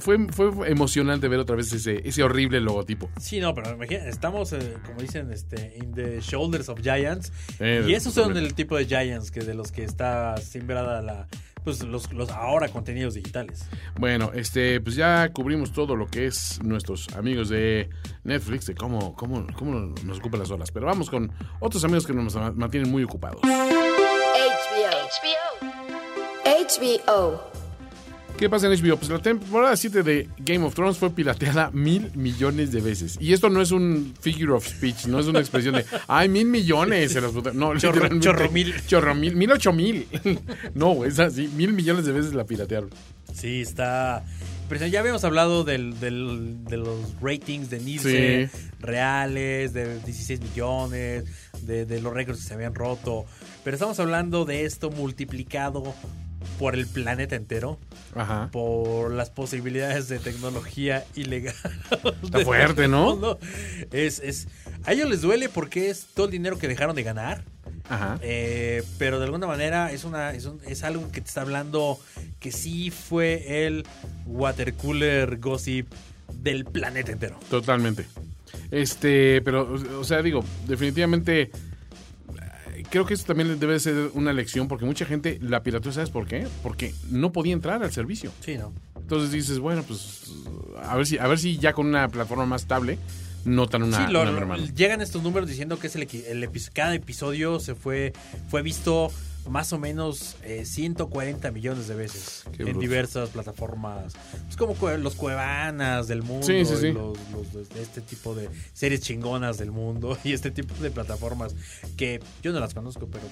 fue, fue emocionante ver otra vez ese, ese horrible logotipo. Sí, no, pero imagina, estamos, eh, como dicen, este, in the shoulders of giants. Eh, y esos son totalmente. el tipo de giants que de los que está sembrada la, pues los, los ahora contenidos digitales. Bueno, este, pues ya cubrimos todo lo que es nuestros amigos de Netflix, de cómo, cómo, cómo nos ocupan las horas. Pero vamos con otros amigos que nos ma- mantienen muy ocupados. HBO. HBO. ¿Qué pasa en HBO? Pues la temporada 7 de Game of Thrones fue pirateada mil millones de veces. Y esto no es un figure of speech, no es una expresión de, ay, mil millones. Se las puta-". No, Chorro- literalmente, chorro mil. Chorro mil, mil ocho mil. No, es así, mil millones de veces la piratearon. Sí, está. Pero ya habíamos hablado del, del- de los ratings de Nielsen Sí. reales, de 16 millones, de, de los récords que se habían roto. Pero estamos hablando de esto multiplicado por el planeta entero. Ajá. por las posibilidades de tecnología ilegal. Está fuerte, ¿no? No, Es, es, a ellos les duele porque es todo el dinero que dejaron de ganar. Ajá. eh, pero de alguna manera es, una, es, un- es algo que te está hablando que sí fue el watercooler gossip del planeta entero. Totalmente. Este, pero, o sea, digo, definitivamente eh, creo que esto también debe ser una lección porque mucha gente la pirateó, ¿sabes por qué? Porque no podía entrar al servicio. Sí, ¿no? Entonces dices, bueno, pues a ver si, a ver si ya con una plataforma más estable notan una, sí, lo- una lo- mermada. llegan estos números diciendo que es el, equi- el epi- cada episodio se fue, fue visto más o menos eh, 140 millones de veces Qué en bruto. diversas plataformas. Es como cue- los cuevanas del mundo, Sí, sí, y sí. Los, los de este tipo de series chingonas del mundo y este tipo de plataformas que yo no las conozco, pero,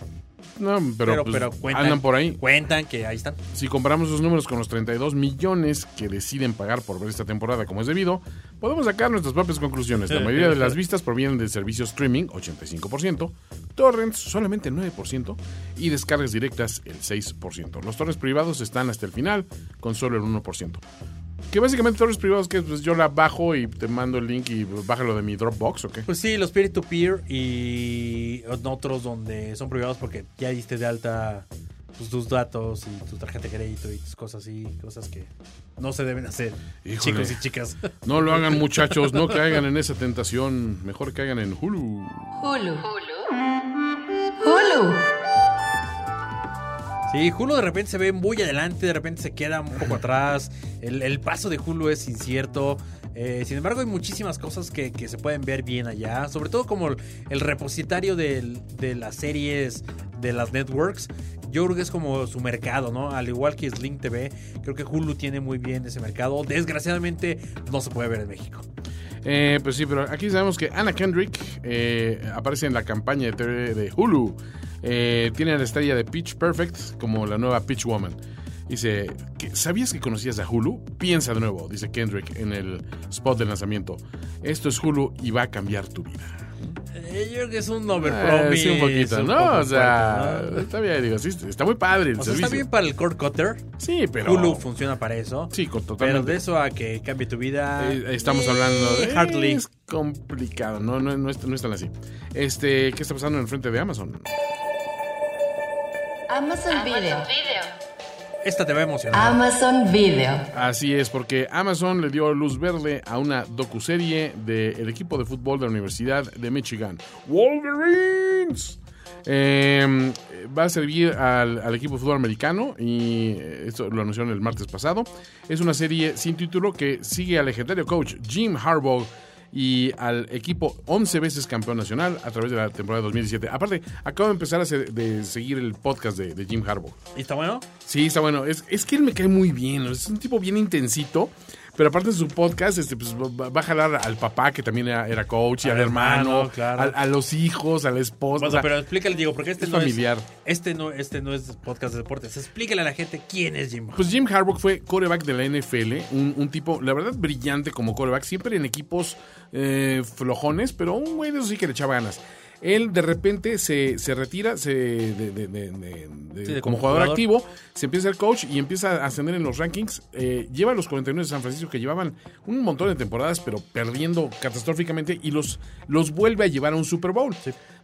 No, pero, pero, pues, pero cuentan, andan por ahí. cuentan que ahí están. Si comparamos esos números con los 32 millones que deciden pagar por ver esta temporada como es debido, podemos sacar nuestras propias conclusiones. La mayoría de las vistas provienen del servicio streaming, 85%, torrents solamente 9% y descargas directas el 6%. Los torrents privados están hasta el final con solo el 1%. Que básicamente torrents privados que pues, yo la bajo y te mando el link y pues, bájalo de mi Dropbox o qué. Pues sí, los peer-to-peer y otros donde son privados porque ya diste de alta pues, tus datos y tu tarjeta de crédito y tus cosas así, cosas que no se deben hacer, Híjole. chicos y chicas. No lo hagan, muchachos. No caigan en esa tentación. Mejor caigan en Hulu. Hulu. Hulu. Sí, Hulu de repente se ve muy adelante, de repente se queda un poco atrás. El, el paso de Hulu es incierto. Eh, sin embargo, hay muchísimas cosas que, que se pueden ver bien allá. Sobre todo como el, el repositorio del- de las series de las networks. Yo creo que es como su mercado, ¿no? Al igual que Sling TV, creo que Hulu tiene muy bien ese mercado. Desgraciadamente, no se puede ver en México. Eh, pues sí, pero aquí sabemos que Anna Kendrick eh, aparece en la campaña de, TV de Hulu. Eh, tiene a la estrella de Pitch Perfect como la nueva Pitch Woman. Dice, "¿Qué- ¿sabías que conocías a Hulu? Piensa de nuevo, dice Kendrick en el spot del lanzamiento. Esto es Hulu y va a cambiar tu vida. Eh, yo creo que es un Eh, overpromise. sí, un poquito, un ¿no? poco O sea, fuerte, ¿no? está bien, digo, sí, está muy padre el O sea, servicio. está bien para el core cutter. Sí, pero... Hulu funciona para eso. Sí, con- Pero totalmente. de eso a que cambie tu vida. Eh, Estamos hablando de... Hartley. Es complicado, no, no, no, es, no es tan así. Este, ¿Qué está pasando en el frente de Amazon? Amazon Video. Esta te va a emocionar. Amazon Video. Así es, porque Amazon le dio luz verde a una docuserie del equipo de fútbol de la Universidad de Michigan. ¡Wolverines! Eh, va a servir al, al equipo de fútbol americano y eh, esto lo anunciaron el martes pasado. Es una serie sin título que sigue al legendario coach Jim Harbaugh y al equipo 11 veces campeón nacional a través de la temporada 2017. Aparte, acabo de empezar a se- de seguir el podcast de- de Jim Harbaugh. ¿Y está bueno? Sí, está bueno. Es, es que él me cae muy bien. Es un tipo bien intensito. Pero aparte de su podcast, este, pues, va va a jalar al papá, que también era, era coach, y al, Al hermano, hermano, claro. al- a, los hijos, a la esposa. Bueno, O sea, pero explícale, Diego, porque este es no familiar. es. Este no, este no es podcast de deportes. Explícale a la gente quién es Jim. Pues Jim Harbaugh fue coreback de la NFL, un, un tipo, la verdad, brillante como coreback, siempre en equipos eh, flojones, pero un güey de eso sí que le echaba ganas. Él de repente se, se retira se, de- de- de- de- de- Sí, de como como jugador, jugador. activo, se empieza a ser coach y empieza a ascender en los rankings. Eh, lleva a los 49 de San Francisco que llevaban un montón de temporadas, pero perdiendo catastróficamente y los, los vuelve a llevar a un Super Bowl.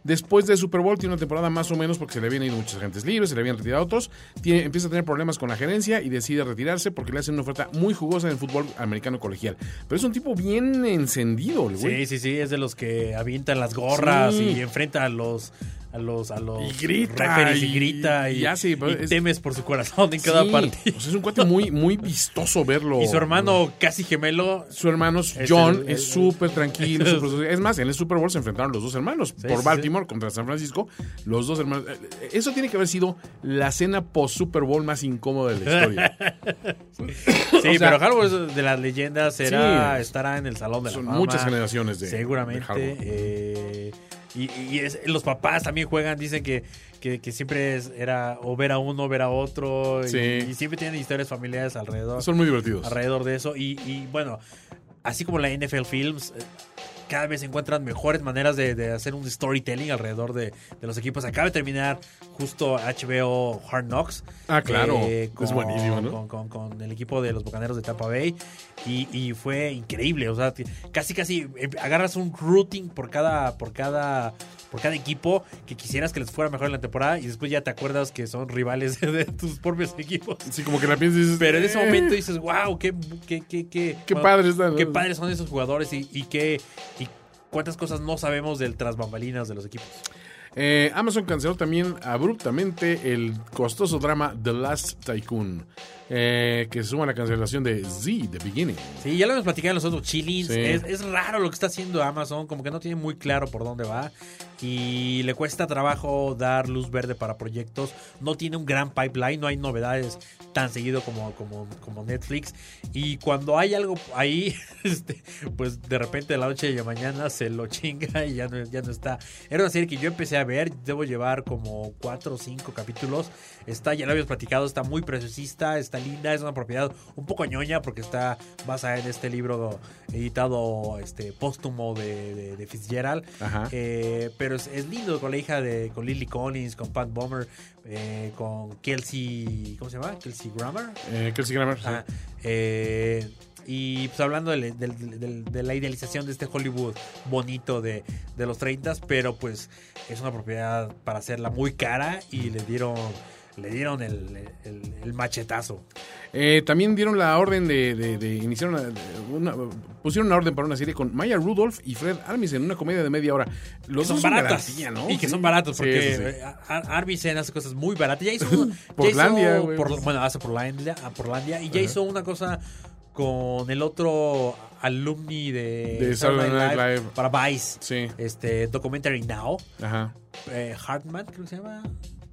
Después del Super Bowl tiene una temporada más o menos porque se le habían ido muchas gentes libres, se le habían retirado otros. Tiene- empieza a tener problemas con la gerencia y decide retirarse porque le hacen una oferta muy jugosa en el fútbol americano colegial. Pero es un tipo bien encendido, el güey. Sí, sí, sí. Es de los que avientan las gorras Sí. y enfrenta a los. A los, a los Y grita, referees y y- grita y, y hace, pero y es- temes por su corazón en Sí, cada o partido. sea, es un cuate muy, muy vistoso verlo. Y su Oh. hermano casi gemelo su hermano Es John el- el- es súper tranquilo. súper- es más, en el Super Bowl se enfrentaron los dos hermanos Sí, por sí, Baltimore contra San Francisco. Los dos hermanos. eh, Eso tiene que haber sido la cena post Super Bowl más incómoda de la historia. Sí, O sea, pero Harbaugh es de las leyendas era, Sí. estará en el Salón de la Son Fama. muchas generaciones de- de Seguramente. Harbaugh. eh, y y es- los papás también juegan, dicen que, que, que siempre es- era o ver a uno, o ver a otro. y- Sí. Y, siempre tienen historias familiares alrededor, Son muy divertidos. alrededor de eso. Y, y, bueno, así como la NFL Films... eh, Cada vez encuentran mejores maneras de, de hacer un storytelling alrededor de, de los equipos. Acaba de terminar justo HBO Hard Knocks. Ah, claro. eh, Es buenísimo, ¿no? con- con, con- con el equipo de los Bucaneros de Tampa Bay y, y fue increíble, o sea, que casi casi eh, agarras un routing por cada por cada por cada equipo que quisieras que les fuera mejor en la temporada y después ya te acuerdas que son rivales de tus propios equipos. Sí, como que la piensas y dices, Pero en ese "Eh". momento dices, wow, qué, qué, qué, qué, Qué bueno, padre está, ¿no? qué padres son esos jugadores y, y qué y cuántas cosas no sabemos del tras bambalinas de los equipos. Eh, Amazon canceló también abruptamente el costoso drama The Last Tycoon, eh, que se suma a la cancelación de Z, The Beginning. Sí, ya lo hemos platicado en los otros chillings. Sí. Es, es raro lo que está haciendo Amazon, como que no tiene muy claro por dónde va. Y le cuesta trabajo dar luz verde para proyectos. No tiene un gran pipeline, no hay novedades tan seguido como, como, como Netflix. Y cuando hay algo ahí, este, pues de repente de la noche y la mañana se lo chinga y ya no, ya no está. Era una serie que yo empecé a ver, debo llevar como cuatro o cinco capítulos. Está, ya lo habíamos platicado, está muy preciosista, está linda, es una propiedad un poco ñoña porque está basada en este libro editado este, póstumo de, de- de Fitzgerald. Ajá. Eh, pero es, es lindo con la hija de con Lily Collins, con Pat Bomer, eh, con Kelsey, ¿cómo se llama? Kelsey Grammer. Eh, Kelsey Grammer, sí. Ajá. Eh, y pues hablando del- del- del- de la idealización de este Hollywood bonito de, de los 30, pero pues es una propiedad para hacerla muy cara y le dieron le dieron el, el- el machetazo. Eh, también dieron la orden de, de- de iniciar una, de una- pusieron una orden para una serie con Maya Rudolph y Fred Armisen, una comedia de media hora. Los Que son dos son baratas. garantía, ¿no? Y que Sí. son baratos, porque Sí, sí, sí. eh, Ar- Armisen hace cosas muy baratas. Ya hizo. ya hizo Portlandia, güey. por- bueno, hace Portlandia, a Portlandia, Y ya hizo una cosa con el otro alumni de, De Saturday Night Live. para Vice. Sí. Este, Documentary Now. Ajá. eh, Hartman, creo que se llama.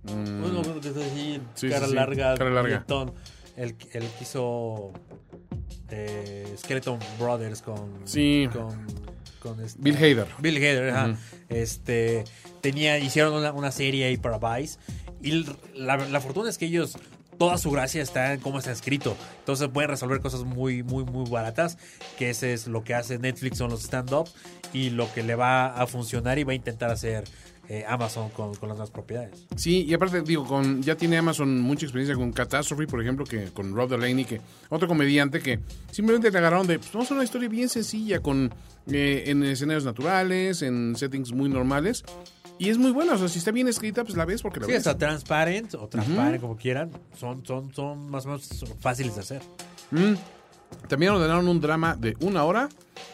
Uno que es así, Mm. Sí, cara, sí, sí, larga, cara larga. prietón. El, el que hizo eh, Skeleton Brothers con. Sí. Con, con este- Bill Hader. Bill Hader, ajá. Este. Tenía, hicieron una, una serie ahí para Vice. Y l- la, la fortuna es que ellos. Toda su gracia está en cómo está escrito. Entonces pueden resolver cosas muy, muy, muy baratas. Que ese es lo que hace Netflix con los stand-ups. Y lo que le va a funcionar y va a intentar hacer eh, Amazon con, con las nuevas propiedades. Sí, y aparte, digo, con, ya tiene Amazon mucha experiencia con Catastrophe, por ejemplo, que con Rob Delaney, que otro comediante que simplemente le agarraron de, pues, vamos a hacer una historia bien sencilla, con eh, en escenarios naturales, en settings muy normales, y es muy buena, o sea, si está bien escrita, pues la ves porque la Sí, ves. hasta Transparent o Transparent, como quieran. Son, son, son más o menos fáciles de hacer. También ordenaron un drama de una hora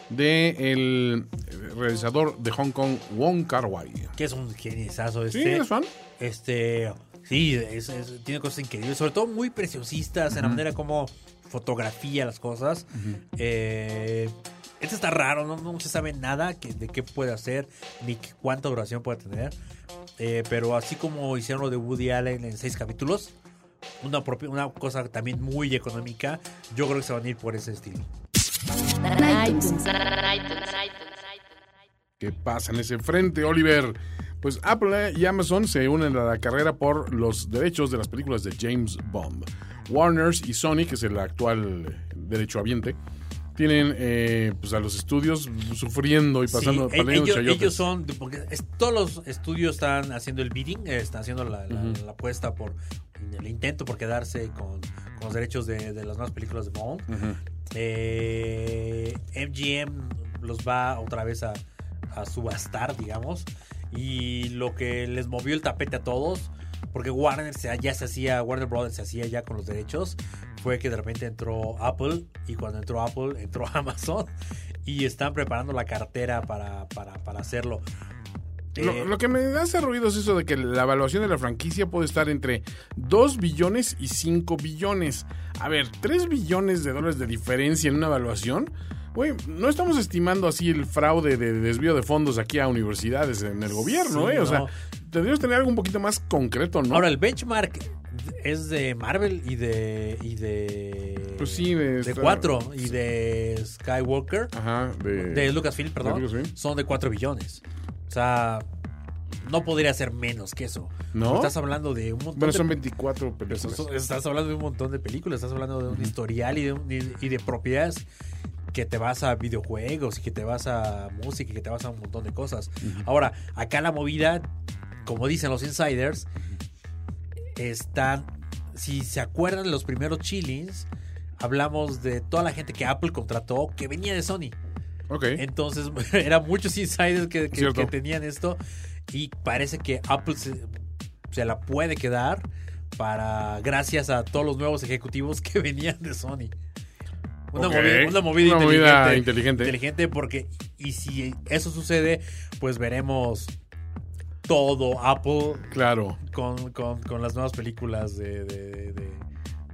de el eh, realizador de Hong Kong, Wong Kar Wai. Que es un geniesazo Sí, este. ¿eres fan? Este, sí, es- es- tiene cosas increíbles, sobre todo muy preciosistas en la manera como fotografía las cosas. Eh, este está raro, no, no se sabe nada que- de qué puede hacer ni qué- cuánta duración puede tener. Eh, pero así como hicieron lo de Woody Allen en seis capítulos, una, propi- una cosa también muy económica, yo creo que se van a ir por ese estilo. iTunes. ¿Qué pasa en ese frente, Oliver? Pues Apple y Amazon se unen a la carrera por los derechos de las películas de James Bond. Warners y Sony, que es el actual derechohabiente, tienen eh, pues a los estudios sufriendo y pasando Sí, e- peleando ellos, chayotes. ellos son, porque es- todos los estudios están haciendo el bidding, eh, están haciendo la, la- la apuesta por el intento por quedarse con, con los derechos de, de las nuevas películas de Bond. Eh, MGM los va otra vez a, a subastar, digamos, y lo que les movió el tapete a todos. Porque Warner se, ya se hacía, Warner Brothers se hacía ya con los derechos. Fue que de repente entró Apple y cuando entró Apple entró Amazon y están preparando la cartera para, para, para hacerlo. Eh, Lo, lo que me hace ruido es eso de que la evaluación de la franquicia puede estar entre 2 billones y 5 billones. A ver, 3 billones de dólares de diferencia en una evaluación. Güey, no estamos estimando así el fraude de desvío de fondos aquí a universidades en el gobierno, Sí, ¿eh? O sea, no. tendríamos que tener algo un poquito más concreto, ¿no? Ahora, el benchmark es de Marvel y de. Y de Pues sí, de de esta- 4 y de Skywalker. Ajá, de... De Lucasfilm, perdón. Lucasfilm. Son de 4 billones. O sea, no podría ser menos que eso. ¿No? Estás hablando de un montón Bueno, de son 24 películas. Estás- Estás hablando de un montón de películas, estás hablando de un historial y de, un- y- y de propiedades que te vas a videojuegos y que te vas a música y que te vas a un montón de cosas. Ahora, acá la movida, como dicen los insiders, están, si se acuerdan los primeros chillings, hablamos de toda la gente que Apple contrató que venía de Sony. Ok. Entonces, eran muchos insiders que, que- Cierto. que tenían esto. Y parece que Apple se, se la puede quedar para gracias a todos los nuevos ejecutivos que venían de Sony. Una, Ok. movi- una movida, Una inteligente, movida inteligente. Inteligente porque, y si eso sucede, pues veremos todo Apple Claro. con, con- con las nuevas películas de, de- de-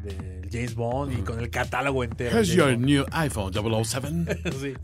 de James Bond y con el catálogo entero. de Here's your James new iPhone 007. Bond. Sí.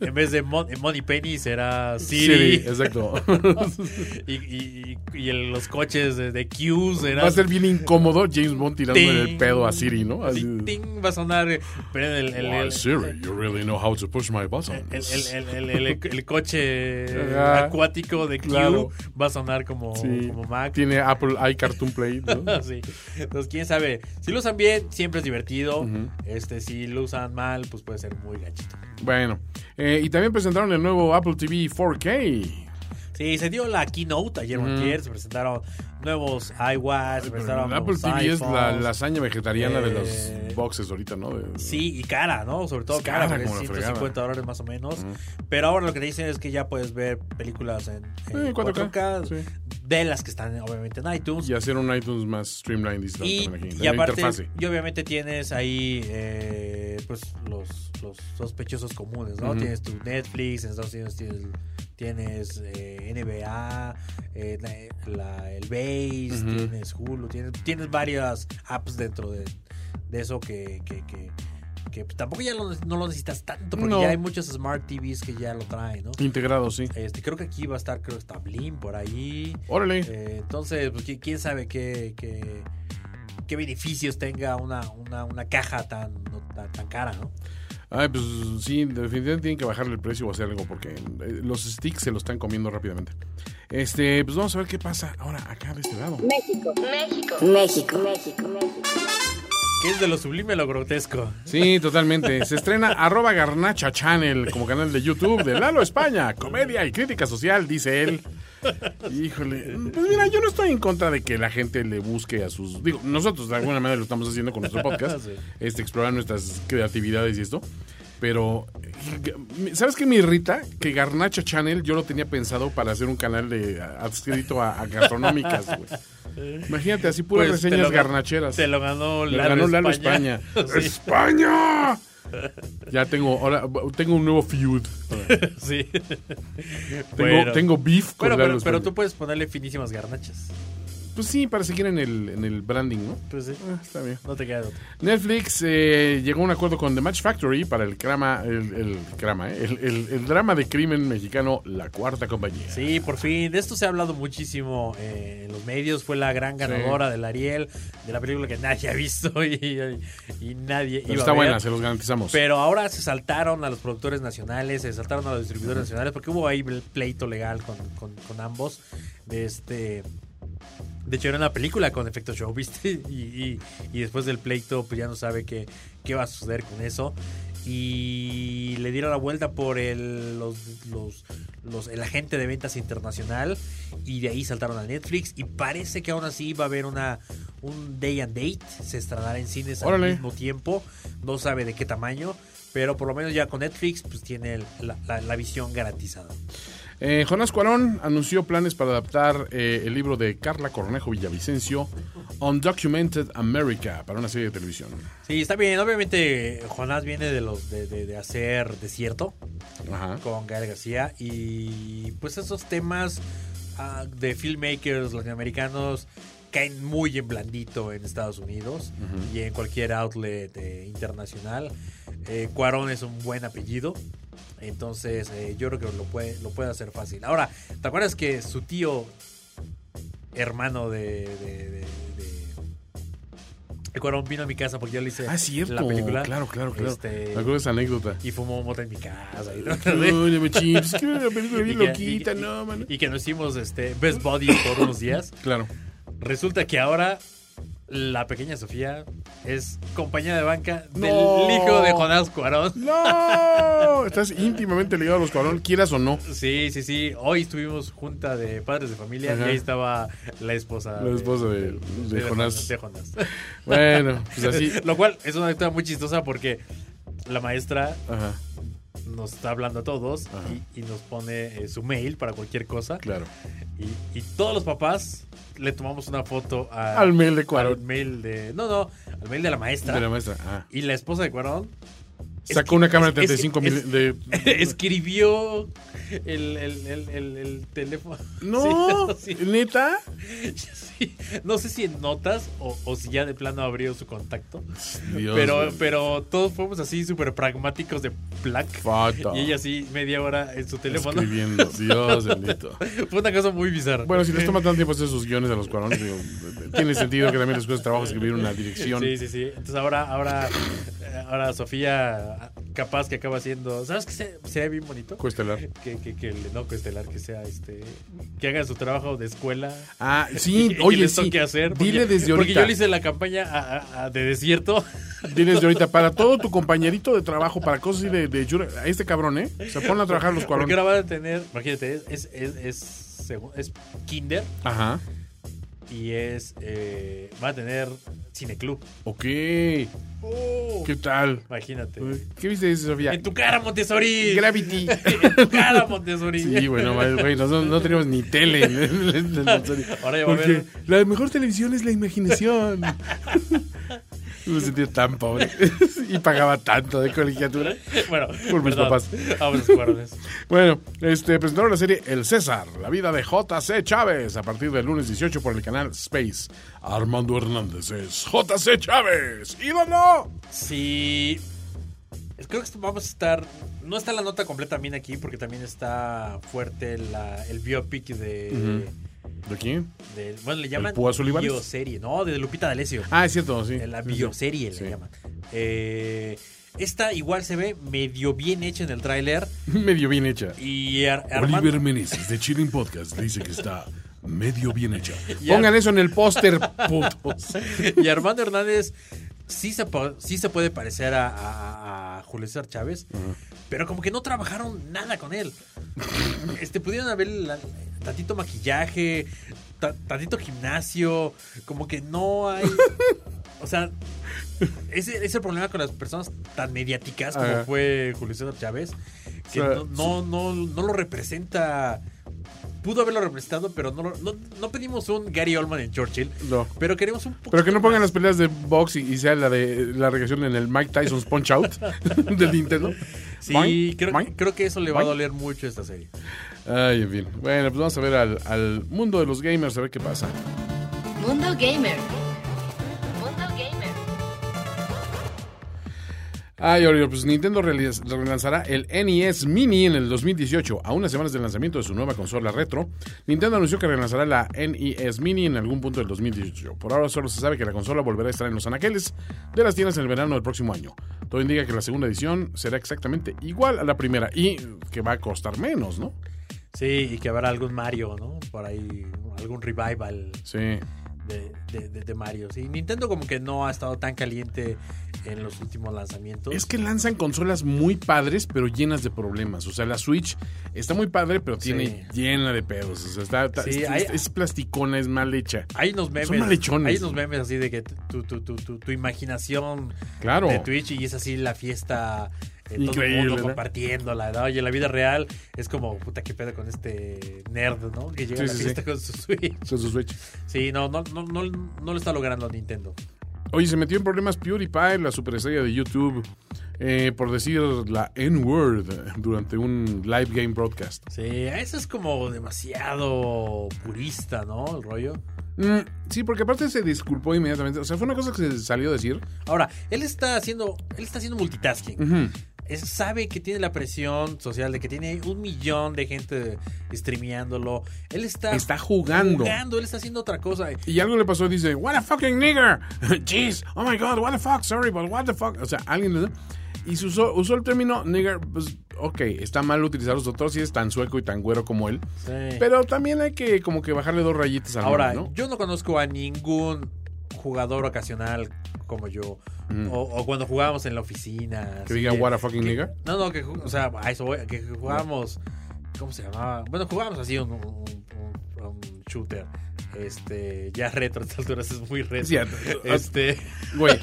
En vez de Mon Money Penny será Siri, Siri. exacto. y, y- y- y el- los coches de, de Q serán. Va a ser bien incómodo James Bond tirándole el Ting. pedo a Siri, ¿no? Así- Ting, ting, va a sonar. eh, Pero el, el, Why, el, Siri, you really know how to push my buttons. el- el- el- el- el- el coche Ajá. acuático de Q Claro. va a sonar como, Sí. como Mac. Tiene Apple iCartoon Play, ¿no? Sí. Entonces, quién sabe. Si lo usan bien, siempre es divertido. Este, si lo usan mal, pues puede ser muy gachito. bueno, eh, y también presentaron el nuevo Apple TV 4K. Sí, se dio la keynote ayer o antier, se presentaron nuevos iWatch, se presentaron El Apple nuevos TV es la iPhones. lasaña vegetariana de Eh, los boxes ahorita, ¿no? De- Sí, y cara, ¿no? Sobre todo Es cara, cara porque como la 150 fregada. dólares más o menos. Pero ahora lo que te dicen es que ya puedes ver películas en, en Sí, 4K, 4K, sí. de las que están obviamente en iTunes. Y hacer un iTunes más streamlined y, Y, también aquí, y en la aparte, interfase. y obviamente tienes ahí eh, pues los, los sospechosos comunes, ¿no? Ujú. Tienes tu Netflix, en Estados Unidos tienes, tienes, eh, NBA, eh, la- la- el Base, Ujú. tienes Hulu, tienes, tienes varias apps dentro de, de eso que, que, que- que, pues, tampoco ya lo- no lo necesitas tanto, porque No. ya hay muchos Smart TVs que ya lo traen, ¿no? Integrado, sí. Este, creo que aquí va a estar, creo que está Blim por ahí. Órale. Eh, entonces, pues, qui- quién sabe qué, qué, qué beneficios tenga una, una, una caja tan, no, tan, tan cara, ¿no? Ay, pues sí, definitivamente tienen que bajarle el precio o hacer algo porque eh, los sticks se lo están comiendo rápidamente. Este, pues vamos a ver qué pasa ahora acá de este lado. México. México. Que es de lo sublime a lo grotesco. Sí, totalmente. Se estrena arroba Garnacha Channel como canal de YouTube de Lalo España. Comedia y crítica social, dice él. Híjole. Pues mira, yo no estoy en contra de que la gente le busque a sus... Digo, nosotros de alguna manera lo estamos haciendo con nuestro podcast. Ah, Sí. Este, explorar nuestras creatividades y esto. Pero, ¿sabes qué me irrita? Que Garnacha Channel yo lo tenía pensado para hacer un canal de adscrito a, a gastronómicas, güey. Imagínate, así puras Eh. Pues, te reseñas lo ga- garnacheras. Te lo ganó Le Lalo, ganó Lalo España. España. Sí, ¡España! Ya tengo, ahora tengo un nuevo feud. sí. Tengo, Bueno. tengo beef con Bueno, Lalo pero, pero España. tú puedes ponerle finísimas garnachas. Pues sí, para seguir en el, en el branding, ¿no? Pues sí, Ah, está bien. no te queda de otra. Netflix eh, llegó a un acuerdo con The Match Factory para el crama, el, el crama, eh, el, el- el drama de crimen mexicano La Cuarta Compañía. Sí, por fin. De esto se ha hablado muchísimo eh, en los medios. Fue la gran ganadora del Ariel, de la película que nadie ha visto y, y nadie Pero iba está a ver. buena, se los garantizamos. Pero ahora se saltaron a los productores nacionales, se saltaron a los distribuidores nacionales, porque hubo ahí el pleito legal con, con- con ambos. De este. De hecho, era una película con efecto show, ¿viste? Y, y- y después del pleito, pues ya no sabe qué, qué va a suceder con eso. Y le dieron la vuelta por el, los, los- los- el agente de ventas internacional. Y de ahí saltaron a Netflix. Y parece que aún así va a haber una, un day and date. Se estrenará en cines al Órale. mismo mismo tiempo, no sabe de qué tamaño, pero por lo menos ya con Netflix pues tiene el- la, la- la visión garantizada. Eh, Jonás Cuarón anunció planes para adaptar eh, el libro de Carla Cornejo Villavicencio, Undocumented America, para una serie de televisión. Sí, está bien, obviamente eh, Jonás viene de los de, de- de hacer desierto Ajá. con Gael García y pues esos temas ah, de filmmakers latinoamericanos caen muy en blandito en Estados Unidos y en cualquier outlet eh, internacional. Eh, Cuarón es un buen apellido. Entonces, eh, yo creo que lo puede, lo puede hacer fácil. Ahora, ¿te acuerdas que su tío, hermano de. de, de- de- de Cuarón vino a mi casa porque yo le hice Ah, es cierto. la película. Claro, claro, claro. Este, Me acuerdo de esa anécdota. y fumó mota en mi casa. Y, Óyeme, chips, es que era una película bien Y que- loquita, y que- no, mano. y que nos hicimos este, Best Buddies por unos días. Claro. Resulta que ahora la pequeña Sofía es compañera de banca del No. hijo de Jonás Cuarón. ¡No! Estás íntimamente ligado a los Cuarón, quieras o no. Sí, sí, sí. Hoy estuvimos junta de padres de familia Ajá. y ahí estaba la esposa. La esposa de- de Jonás. de Jonás. Bueno, pues así. Lo cual es una anécdota muy chistosa porque la maestra Ajá, nos está hablando a todos Ajá. y, y nos pone eh, su mail para cualquier cosa. claro. Y, y todos los papás le tomamos una foto a- Al mail de al Cuarón. mail de. No, no, al mail de la maestra. De la maestra. Ah. Y la esposa de Cuarón Sacó una cámara de es que- 35 mil. es- de- escribió el, el- el- el- el teléfono. No, Sí, sí, neta. sí. No sé si en notas o, o si ya de plano abrió su contacto. Dios, pero, güey. pero todos fuimos así súper pragmáticos de plac. Fato. Y ella así media hora en su teléfono. Escribiendo, Dios bendito. Fue una cosa muy bizarra. Bueno, si les toma tanto tiempo hacer sus guiones a los Cuarón, digo, tiene sentido que también les cuesta trabajo escribir una dirección. Sí, sí, sí. Entonces ahora, ahora, eh, ahora Sofía capaz que acaba siendo. ¿Sabes qué se- sería bien bonito? Coestelar. Que, que, que el no estelar que sea este. Que haga su trabajo de escuela. Ah, Y- sí, y que oye, les sí. toque hacer. Porque, Dile desde Porque yo ahorita. le hice la campaña a- a- a de desierto. Dile desde ahorita. Para todo tu compañerito de trabajo, para cosas así de, de yura- a este cabrón, ¿eh? Se ponen a trabajar los Porque cuadrones. ahora van a tener, imagínate, es, es, es, es segu- es kinder Ajá. y es eh, va a tener cineclub. Ok. Oh. ¿Qué tal? Imagínate. ¿Qué viste, Sofía? En tu cara, Montessori. Gravity. en tu cara, Montessori. Sí, bueno, vale, güey, nosotros no tenemos ni tele. en el- en el Montessori. Ahora ya va a Porque haber- la mejor televisión es la imaginación. Me sentía tan pobre y pagaba tanto de colegiatura. Bueno, Por mis perdón. papás. Vamos, cuernos. Bueno, este, presentaron la serie El César, la vida de J.C. Chávez, a partir del lunes 18 por el canal Space. Armando Hernández es J.C. Chávez, ídolo. Sí. Es- Creo que vamos a estar. No está la nota completa también aquí, porque también está fuerte la, el biopic de. ¿De quién? de- bueno, le llaman. Púas Olivares? bioserie. No, de Lupita D'Alessio. Ah, es cierto, sí. La Sí, sí. bioserie Sí. le llaman. Eh, esta igual se ve medio bien hecha en el tráiler. Medio bien hecha. Y Ar- Oliver Armando, Meneses de Chilling Podcast dice que está medio bien hecha. Ya. Pongan eso en el póster, putos. y Armando Hernández sí se, po- sí se puede parecer a, a- a Julio César Chávez, pero como que no trabajaron nada con él. Este, pudieron haber la- tantito maquillaje, ta- tantito gimnasio, como que no hay... O sea, ese ese es el problema con las personas tan mediáticas como Ajá. fue Julio César Chávez, que O sea, no, no, no, no lo representa. Pudo haberlo representado, pero no, lo- no, no pedimos un Gary Oldman en Churchill. No. Pero queremos un poco. Pero que no pongan las peleas de box y, y sea la de la regresión en el Mike Tyson's Punch Out del Nintendo. Sí, Boing, creo, boing. creo que eso le va Boing. a doler mucho a esta serie. Ay, en fin. Bueno, pues vamos a ver al, al mundo de los gamers, a ver qué pasa. Mundo Gamer. Mundo Gamer. Ay, Oriol, pues Nintendo realiz- relanzará el NES Mini en el 2018. A unas semanas del lanzamiento de su nueva consola retro, Nintendo anunció que relanzará la NES Mini en algún punto del 2018. Por ahora solo se sabe que la consola volverá a estar en los anaqueles de las tiendas en el verano del próximo año. Todo indica que la segunda edición será exactamente igual a la primera y que va a costar menos, ¿no? Sí, y que habrá algún Mario, ¿no? Por ahí, algún revival Sí. de, de- de- de Mario. Sí, Nintendo como que no ha estado tan caliente en los últimos lanzamientos. Es que lanzan consolas muy padres, pero llenas de problemas. O sea, la Switch está muy padre, pero tiene llena de pedos. O sea, está, está- Sí, es, hay- es plasticona, es mal hecha. Hay unos memes. malhechones. Hay unos memes así de que tu, tu, tu, tu, tu imaginación Claro. de Twitch y es así la fiesta. eh, todo el Increíble, mundo ¿verdad? compartiéndola, ¿no? Y en la vida real es como, puta, qué pedo con este nerd, ¿no? Que llega Sí, a la sí, fiesta sí. con su Switch. Son sus Switch. Sí, no, no, no, no, no lo está logrando Nintendo. Oye, se metió en problemas PewDiePie, la superestrella de YouTube, eh, por decir la N-word durante un live game broadcast. Sí, eso es como demasiado purista, ¿no? El rollo. Mm, sí, porque aparte se disculpó inmediatamente. O sea, fue una cosa que se salió a decir. Ahora, él está haciendo, él está haciendo multitasking. Ujú. Es- sabe que tiene la presión social de que tiene un millón de gente streameándolo. Él está, Está jugando. jugando, él está haciendo otra cosa. Y algo le pasó, dice, what a fucking nigger. Jeez, oh my god, what the fuck, sorry, but what the fuck. O sea, alguien le Y se usó, usó el término nigger, pues, ok, está mal utilizar los otros si es tan sueco y tan güero como él. Sí. Pero también hay que como que bajarle dos rayitas al Ahora, mundo, ¿no? yo no conozco a ningún jugador ocasional como yo. O, o cuando jugábamos en la oficina. Mm. Que así diga, what a fucking nigga. No, no, que, ju- o sea, a eso voy, que jugábamos, ¿cómo se llamaba? Bueno, jugábamos así un, un- un- un shooter, este, ya retro a estas alturas es muy retro. Sí, a- este, Güey,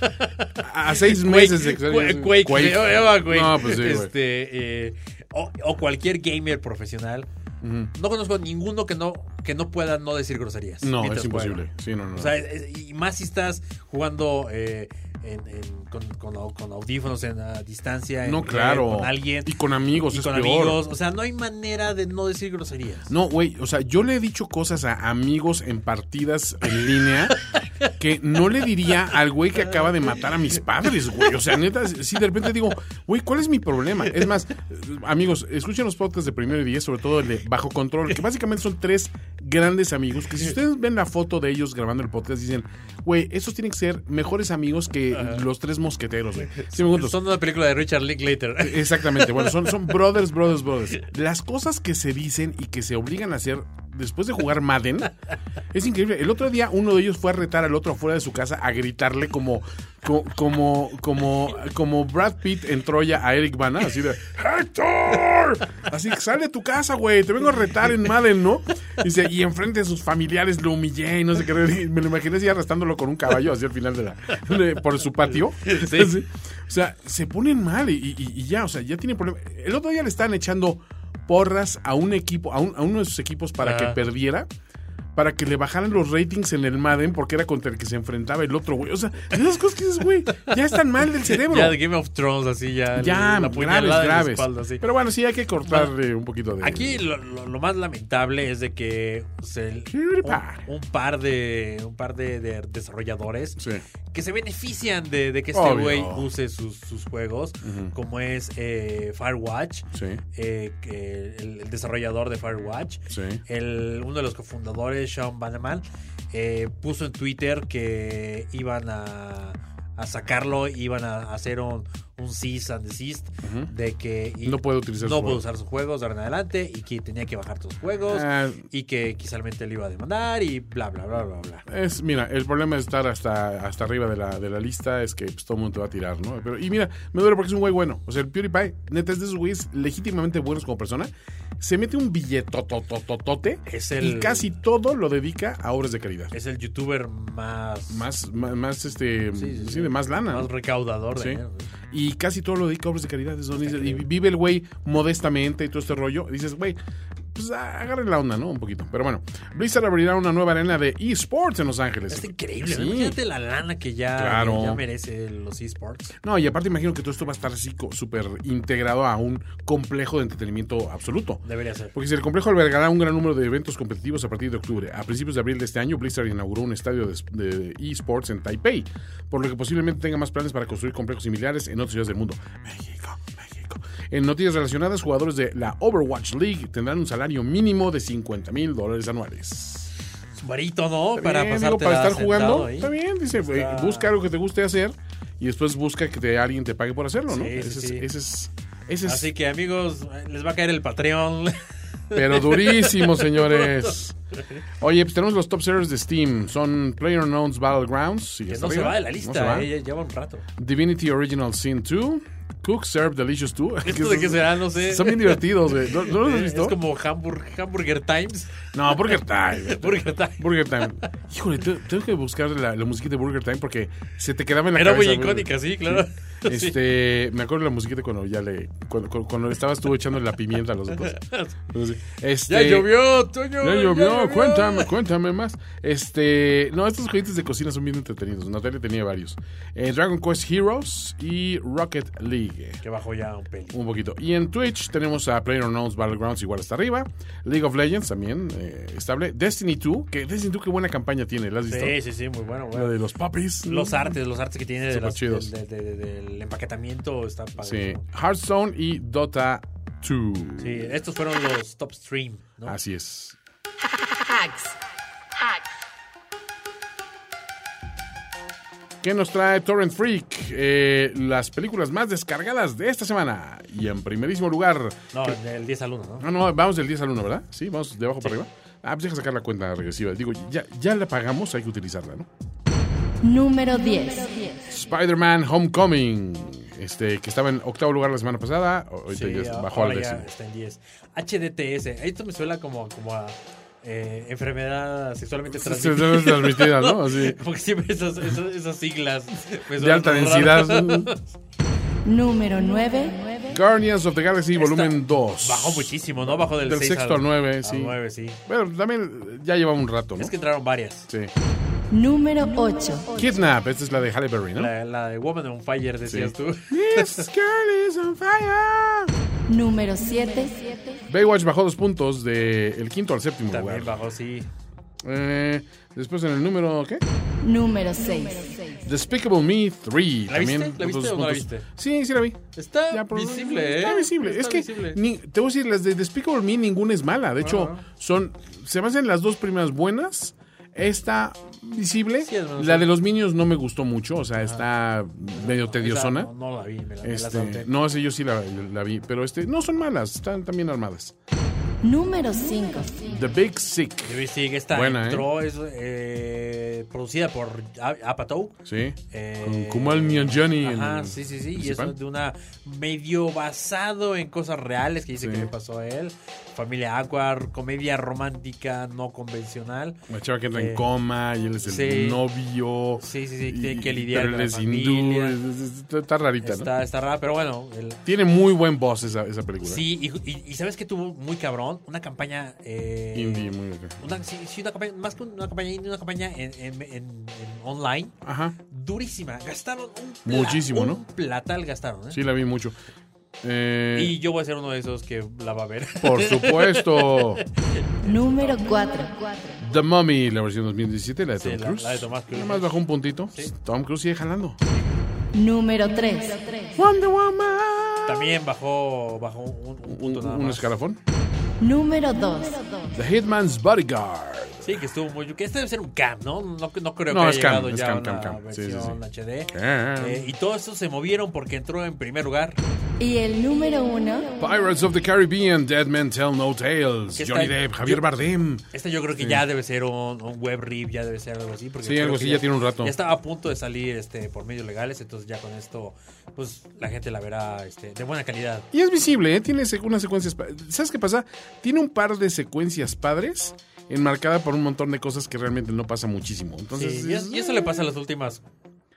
a a seis meses de que Quake, salió Quake, ese- Quake, Quake. se llamaba Quake. No, pues sí, güey. este, eh, o, o cualquier gamer profesional. Ujú. No conozco a ninguno que no, que no pueda no decir groserías. No, mientras es imposible. juega. Sí, no, no. O sea, es- es- y más si estás jugando eh, en- en- con, con au- con audífonos en, a distancia. en- no, claro. eh, con alguien. Y con amigos, Y es con peor. amigos. O sea, no hay manera de no decir groserías. No, güey, o sea, yo le he dicho cosas a amigos en partidas en línea que no le diría al güey que acaba de matar a mis padres, güey. O sea, neta, si de repente digo, güey, ¿cuál es mi problema? Es más, eh, amigos, escuchen los podcasts de Primero y Diez, sobre todo el de Bajo Control, que básicamente son tres grandes amigos, que si ustedes ven la foto de ellos grabando el podcast, dicen, güey, estos tienen que ser mejores amigos que los tres mosqueteros, güey. Sí, me gustan. Son una película de Richard Linklater. Eh, Exactamente, bueno, son, son brothers, brothers, brothers. Las cosas que se dicen y que se obligan a hacer después de jugar Madden es increíble. El otro día uno de ellos fue a retar al otro afuera de su casa a gritarle como co- como como como Brad Pitt en Troya a Eric Bana, así de ¡Héctor! Así que sale de tu casa, güey, te vengo a retar en Madden, ¿no? Dice, y enfrente de sus familiares lo humillé y no sé qué. Y Me lo imaginé así arrastrándolo con un caballo hacia el final de la de- por su patio. Así. O sea, se ponen mal y, y- y ya, o sea, ya tienen problemas. El otro día le estaban echando porras a un equipo, a, un- a uno de sus equipos para Ajá. que perdiera, para que le bajaran los ratings en el Madden porque era contra el que se enfrentaba el otro, güey. O sea, esas cosas que dices, güey, ya están mal del cerebro. Ya de Game of Thrones, así ya. Ya, la graves, puñalada en la graves. espalda, así. Pero bueno, sí hay que cortar eh, un poquito de... Aquí lo, lo- lo más lamentable es de que pues, el- PewDiePie. un, un par de un par de, de desarrolladores Sí. que se benefician de, de que este Obvio. güey use sus, sus juegos, como es eh, Firewatch, Sí. eh, que el, el desarrollador de Firewatch, Sí. el, uno de los cofundadores, Sean Bannerman, eh, puso en Twitter que iban a, a sacarlo, iban a hacer un, un cease and desist de que y- No puede utilizar no su puede juego. usar sus juegos de ahora en adelante y que tenía que bajar sus juegos Ah. y que quizálmente lo iba a demandar y bla bla bla bla bla. Es, mira, el problema de estar hasta, hasta arriba de la, de la lista es que pues, todo el mundo te va a tirar, ¿no? Pero, y mira, me duele porque es un güey bueno. O sea, el PewDiePie, neta, es de esos güeyes legítimamente buenos como persona. Se mete un billetotototote Es el- y casi todo lo dedica a obras de caridad. Es el youtuber más Más, más, más, este, sí, sí, sí. de más lana. más ¿no? recaudador de Sí. dinero. Y casi todo lo dedica a obras de caridad. es donde dice- y vive el güey modestamente y todo este rollo. Y dices, güey, pues ah, agarren la onda, ¿no? Un poquito. Pero bueno, Blizzard abrirá una nueva arena de esports en Los Ángeles. Es increíble, Sí. ¿no? imagínate la lana que ya, Claro. ya merece los esports. No, y aparte imagino que todo esto va a estar así co- súper integrado a un complejo de entretenimiento absoluto. Debería ser. Porque si el complejo albergará un gran número de eventos competitivos a partir de octubre. A principios de abril de este año, Blizzard inauguró un estadio de de esports en Taipei, por lo que posiblemente tenga más planes para construir complejos similares en otras ciudades del mundo. México, México. En noticias relacionadas, jugadores de la Overwatch League tendrán un salario mínimo de 50 mil dólares anuales. Su varito, ¿no? Está para bien, pasarte digo, para la estar jugando. sentado ahí. Está bien, dice, eh, busca algo que te guste hacer y después busca que te- alguien te pague por hacerlo, ¿no? Sí, sí, ese, sí. Es, ese es- ese es- Así que amigos, les va a caer el Patreon. Pero durísimo, señores. Oye, pues tenemos los top sellers de Steam. Son PlayerUnknown's Battlegrounds. sigue que hasta no se arriba. va de la No lista, se va. eh, ya lleva un rato. Divinity Original Sin 2. Cook Serve Delicious 2. ¿Esto de qué será? No sé. Son bien divertidos, güey. ¿No, no los has Eh, visto? Es como Hamburg- Hamburger Times. No, Burger Time. Burger Time. Burger Time. Híjole, te- tengo que buscar la, la musiquita de Burger Time porque se te quedaba en la Era muy cabeza. güey. icónica, sí, claro. Sí. Este, me acuerdo de la musiquita cuando ya le cuando, cuando, cuando le estabas tú echando la pimienta a los otros. Este, Ya llovió, Toño. Ya llovió, cuéntame, cuéntame más. Este, no, estos jueguitos de cocina son bien entretenidos. Natalia tenía varios. Eh, Dragon Quest Heroes y Rocket League. Que bajó ya un peli. Un poquito. Y en Twitch tenemos a PlayerUnknown's Battlegrounds igual hasta arriba. League of Legends también eh, estable. Destiny 2, que Destiny 2 qué buena campaña tiene, ¿la has visto? Sí, sí, sí, muy bueno, La bueno. de los papis. Los artes, los artes que tiene de Súper las- chidos. del- del- del- del empaquetamiento está Sí. padre. Hearthstone y Dota 2. Sí, estos fueron los top stream, ¿no? Así es. Hacks. Hacks. ¿Qué nos trae Torrent Freak? Eh, las películas más descargadas de esta semana. Y en primerísimo lugar. No, del 10 al 1, ¿no? No, no, vamos del 10 al 1, ¿verdad? Sí, vamos de abajo para arriba. Ah, pues deja sacar la cuenta regresiva. Digo, ya, ya la pagamos, hay que utilizarla, ¿no? Número 10. Spider-Man Homecoming. Este, que estaba en octavo lugar la semana pasada. o- Ahorita Sí, ya ah, bajó al ahora ya décimo. está en 10. HDTS. Esto me suena como, como a eh, enfermedad sexualmente transmitida. transmitida, ¿no? Así. Porque siempre esas, esas, esas siglas. me De suenan alta raras. densidad. Número 9. Guardians of the Galaxy, volumen 2. Bajó muchísimo, ¿no? Bajó del, Del 6 sexto al 9, sí. 9, sí. Bueno, también ya llevaba un rato, ¿no? Es que entraron varias. Sí. Número 8. Kidnap, esta es la de Halle Berry, ¿no? La, la de Woman on Fire, decías Sí. tú. This girl is on fire. Número 7. Baywatch bajó dos puntos del quinto al séptimo También lugar. bajó, sí. Eh, después en el número, ¿qué? número 6. Despicable Me 3. ¿La viste? también ¿La viste otros o no la puntos. viste? Sí, sí la vi. Está Ya, por- visible, ¿eh? Está visible. Está es que visible. ni- te voy a decir, las de Despicable Me ninguna es mala. De hecho, son. Se me hacen las dos primeras buenas. Esta visible. Sí, es menos- la de los Minions no me gustó mucho. O sea, está medio Esa tediosona. No, no la vi, me la, me la Este, salté. no, sí, yo sí la, la vi, pero este, no son malas, están también armadas. Número 5. The Big Sick, Yo vi, sí, que esta Buena, entró, es eh, producida por A- Apatow. ¿sí? Eh, Con Kumal Nianjani. en- Ajá, sí, sí, sí. Y es principal. de una medio basado en cosas reales que dice Sí. que le pasó a él. Familia Aqua, comedia romántica no convencional. La chava que entra Eh, en coma y él es el sí. novio. Sí, sí, sí, y- tiene que lidiar pero con él la es hindú, familia. es- es- está, está rarita, ¿no? Está, está rara, pero bueno. el- Tiene muy buen voz esa, esa película. sí, y, y- y ¿sabes que tuvo muy cabrón? Una campaña. eh, Indie, muy bien. Una, sí, sí, una campaña, más que una campaña indie, una campaña en, en- en- en online. Ajá, Durísima. Gastaron un Muchísimo, un ¿no? platal gastaron, ¿eh? sí la vi mucho. Eh, Y yo voy a ser uno de esos que la va a ver. Por supuesto, Número 4. The Mummy, la versión 2017, la de Tom Sí, la- Cruise. la de Tomás Cruise. Nada más bajó un puntito. Tom Cruise sigue jalando. Número 3. Wonder Woman. También bajó, bajó un, un un, punto nada un más. escalafón. Número 2. The Hitman's Bodyguard. Sí, que estuvo muy... Que este debe ser un cam, ¿no? No, no creo No, que es haya cam, llegado es ya cam, a una cam, cam. Sí, sí, versión HD. Cam. Eh, y todos estos se movieron porque entró en primer lugar. Y el número 1. Pirates of the Caribbean, Dead Men Tell No Tales, Que está- Johnny Depp, Javier yo- Bardem. Este yo creo que ya debe ser un, un web rip, ya debe ser algo así. Porque Sí, creo algo que así, ya tiene un rato. Ya está a punto de salir este, por medios legales, entonces ya con esto, pues la gente la verá este, de buena calidad. Y es visible, ¿eh? tiene sec- unas secuencias. pa- ¿Sabes qué pasa? Tiene un par de secuencias padres enmarcada por un montón de cosas que realmente no pasa muchísimo. Entonces, Sí, y, es- es- y eso le pasa a las últimas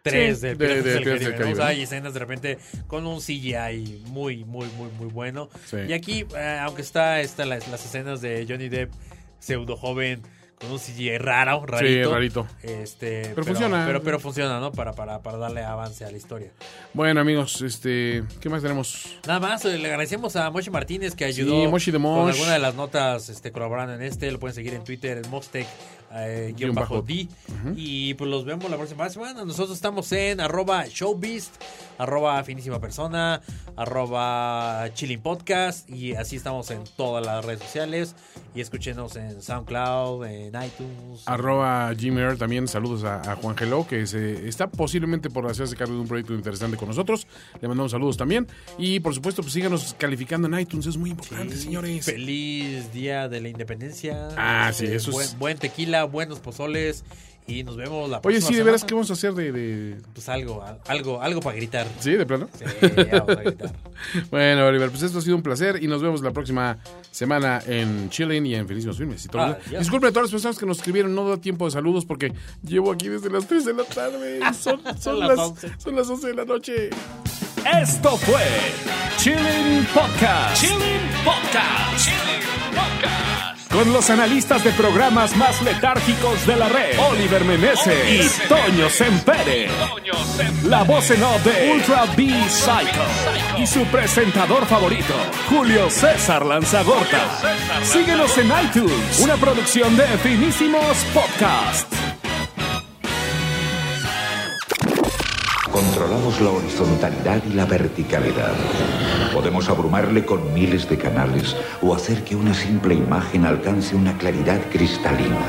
tres Sí, de, de- Piratas de del Piratas del Caribe, ¿no? O sea, Caribe, hay escenas de repente con un CGI muy, muy, muy, muy bueno. Sí. Y aquí, eh, aunque está, está las, las escenas de Johnny Depp, pseudo joven, con un CGI raro, rarito. rarito. Este, pero, funciona. Pero, pero funciona, ¿no? Para, para, para darle avance a la historia. Bueno, amigos, este, ¿qué más tenemos? Nada más, eh, le agradecemos a Moshi Martínez que Sí, ayudó Moshi de con Mosh. alguna de las notas este, colaborando en este. Lo pueden seguir en Twitter, en Mostec. eh, guión Guión bajo. bajo D. Y pues los vemos la próxima semana. Nosotros estamos en arroba showbeast, arroba finísima persona, arroba chilling podcast. Y así estamos en todas las redes sociales. Y escúchenos en SoundCloud, en iTunes. Arroba Gmail también, saludos a, a Juan Geló, que se, está posiblemente por hacerse cargo de un proyecto interesante con nosotros. Le mandamos saludos también. Y por supuesto, pues síganos calificando en iTunes, es muy importante, señores. Feliz día de la independencia. Ah, sí, Este, eso es- buen, buen tequila, buenos pozoles. Y nos vemos la Oye, próxima sí, de veras, semana. ¿qué vamos a hacer de...? de- Pues algo, al- algo, algo para gritar. ¿Sí, de plano? Sí, ya vamos a gritar. Bueno, Oliver, pues esto ha sido un placer y nos vemos la próxima semana en Chilling y en Felísimos Filmes. Y todo Ah, eso. ya. Disculpen a todas las personas que nos escribieron, no da tiempo de saludos porque llevo aquí desde las 3 de la tarde. y Son, son, Las las, 11. son las 11 de la noche. Esto fue Chilling Podcast. Con los analistas de programas más letárgicos de la red, Oliver Meneses y Toño Sempere. La voz en off de Ultra B Psycho. Y su presentador favorito, Julio César Lanzagorta. Síguenos en iTunes, una producción de Finísimos Podcast. Controlamos la horizontalidad y la verticalidad. Podemos abrumarle con miles de canales o hacer que una simple imagen alcance una claridad cristalina.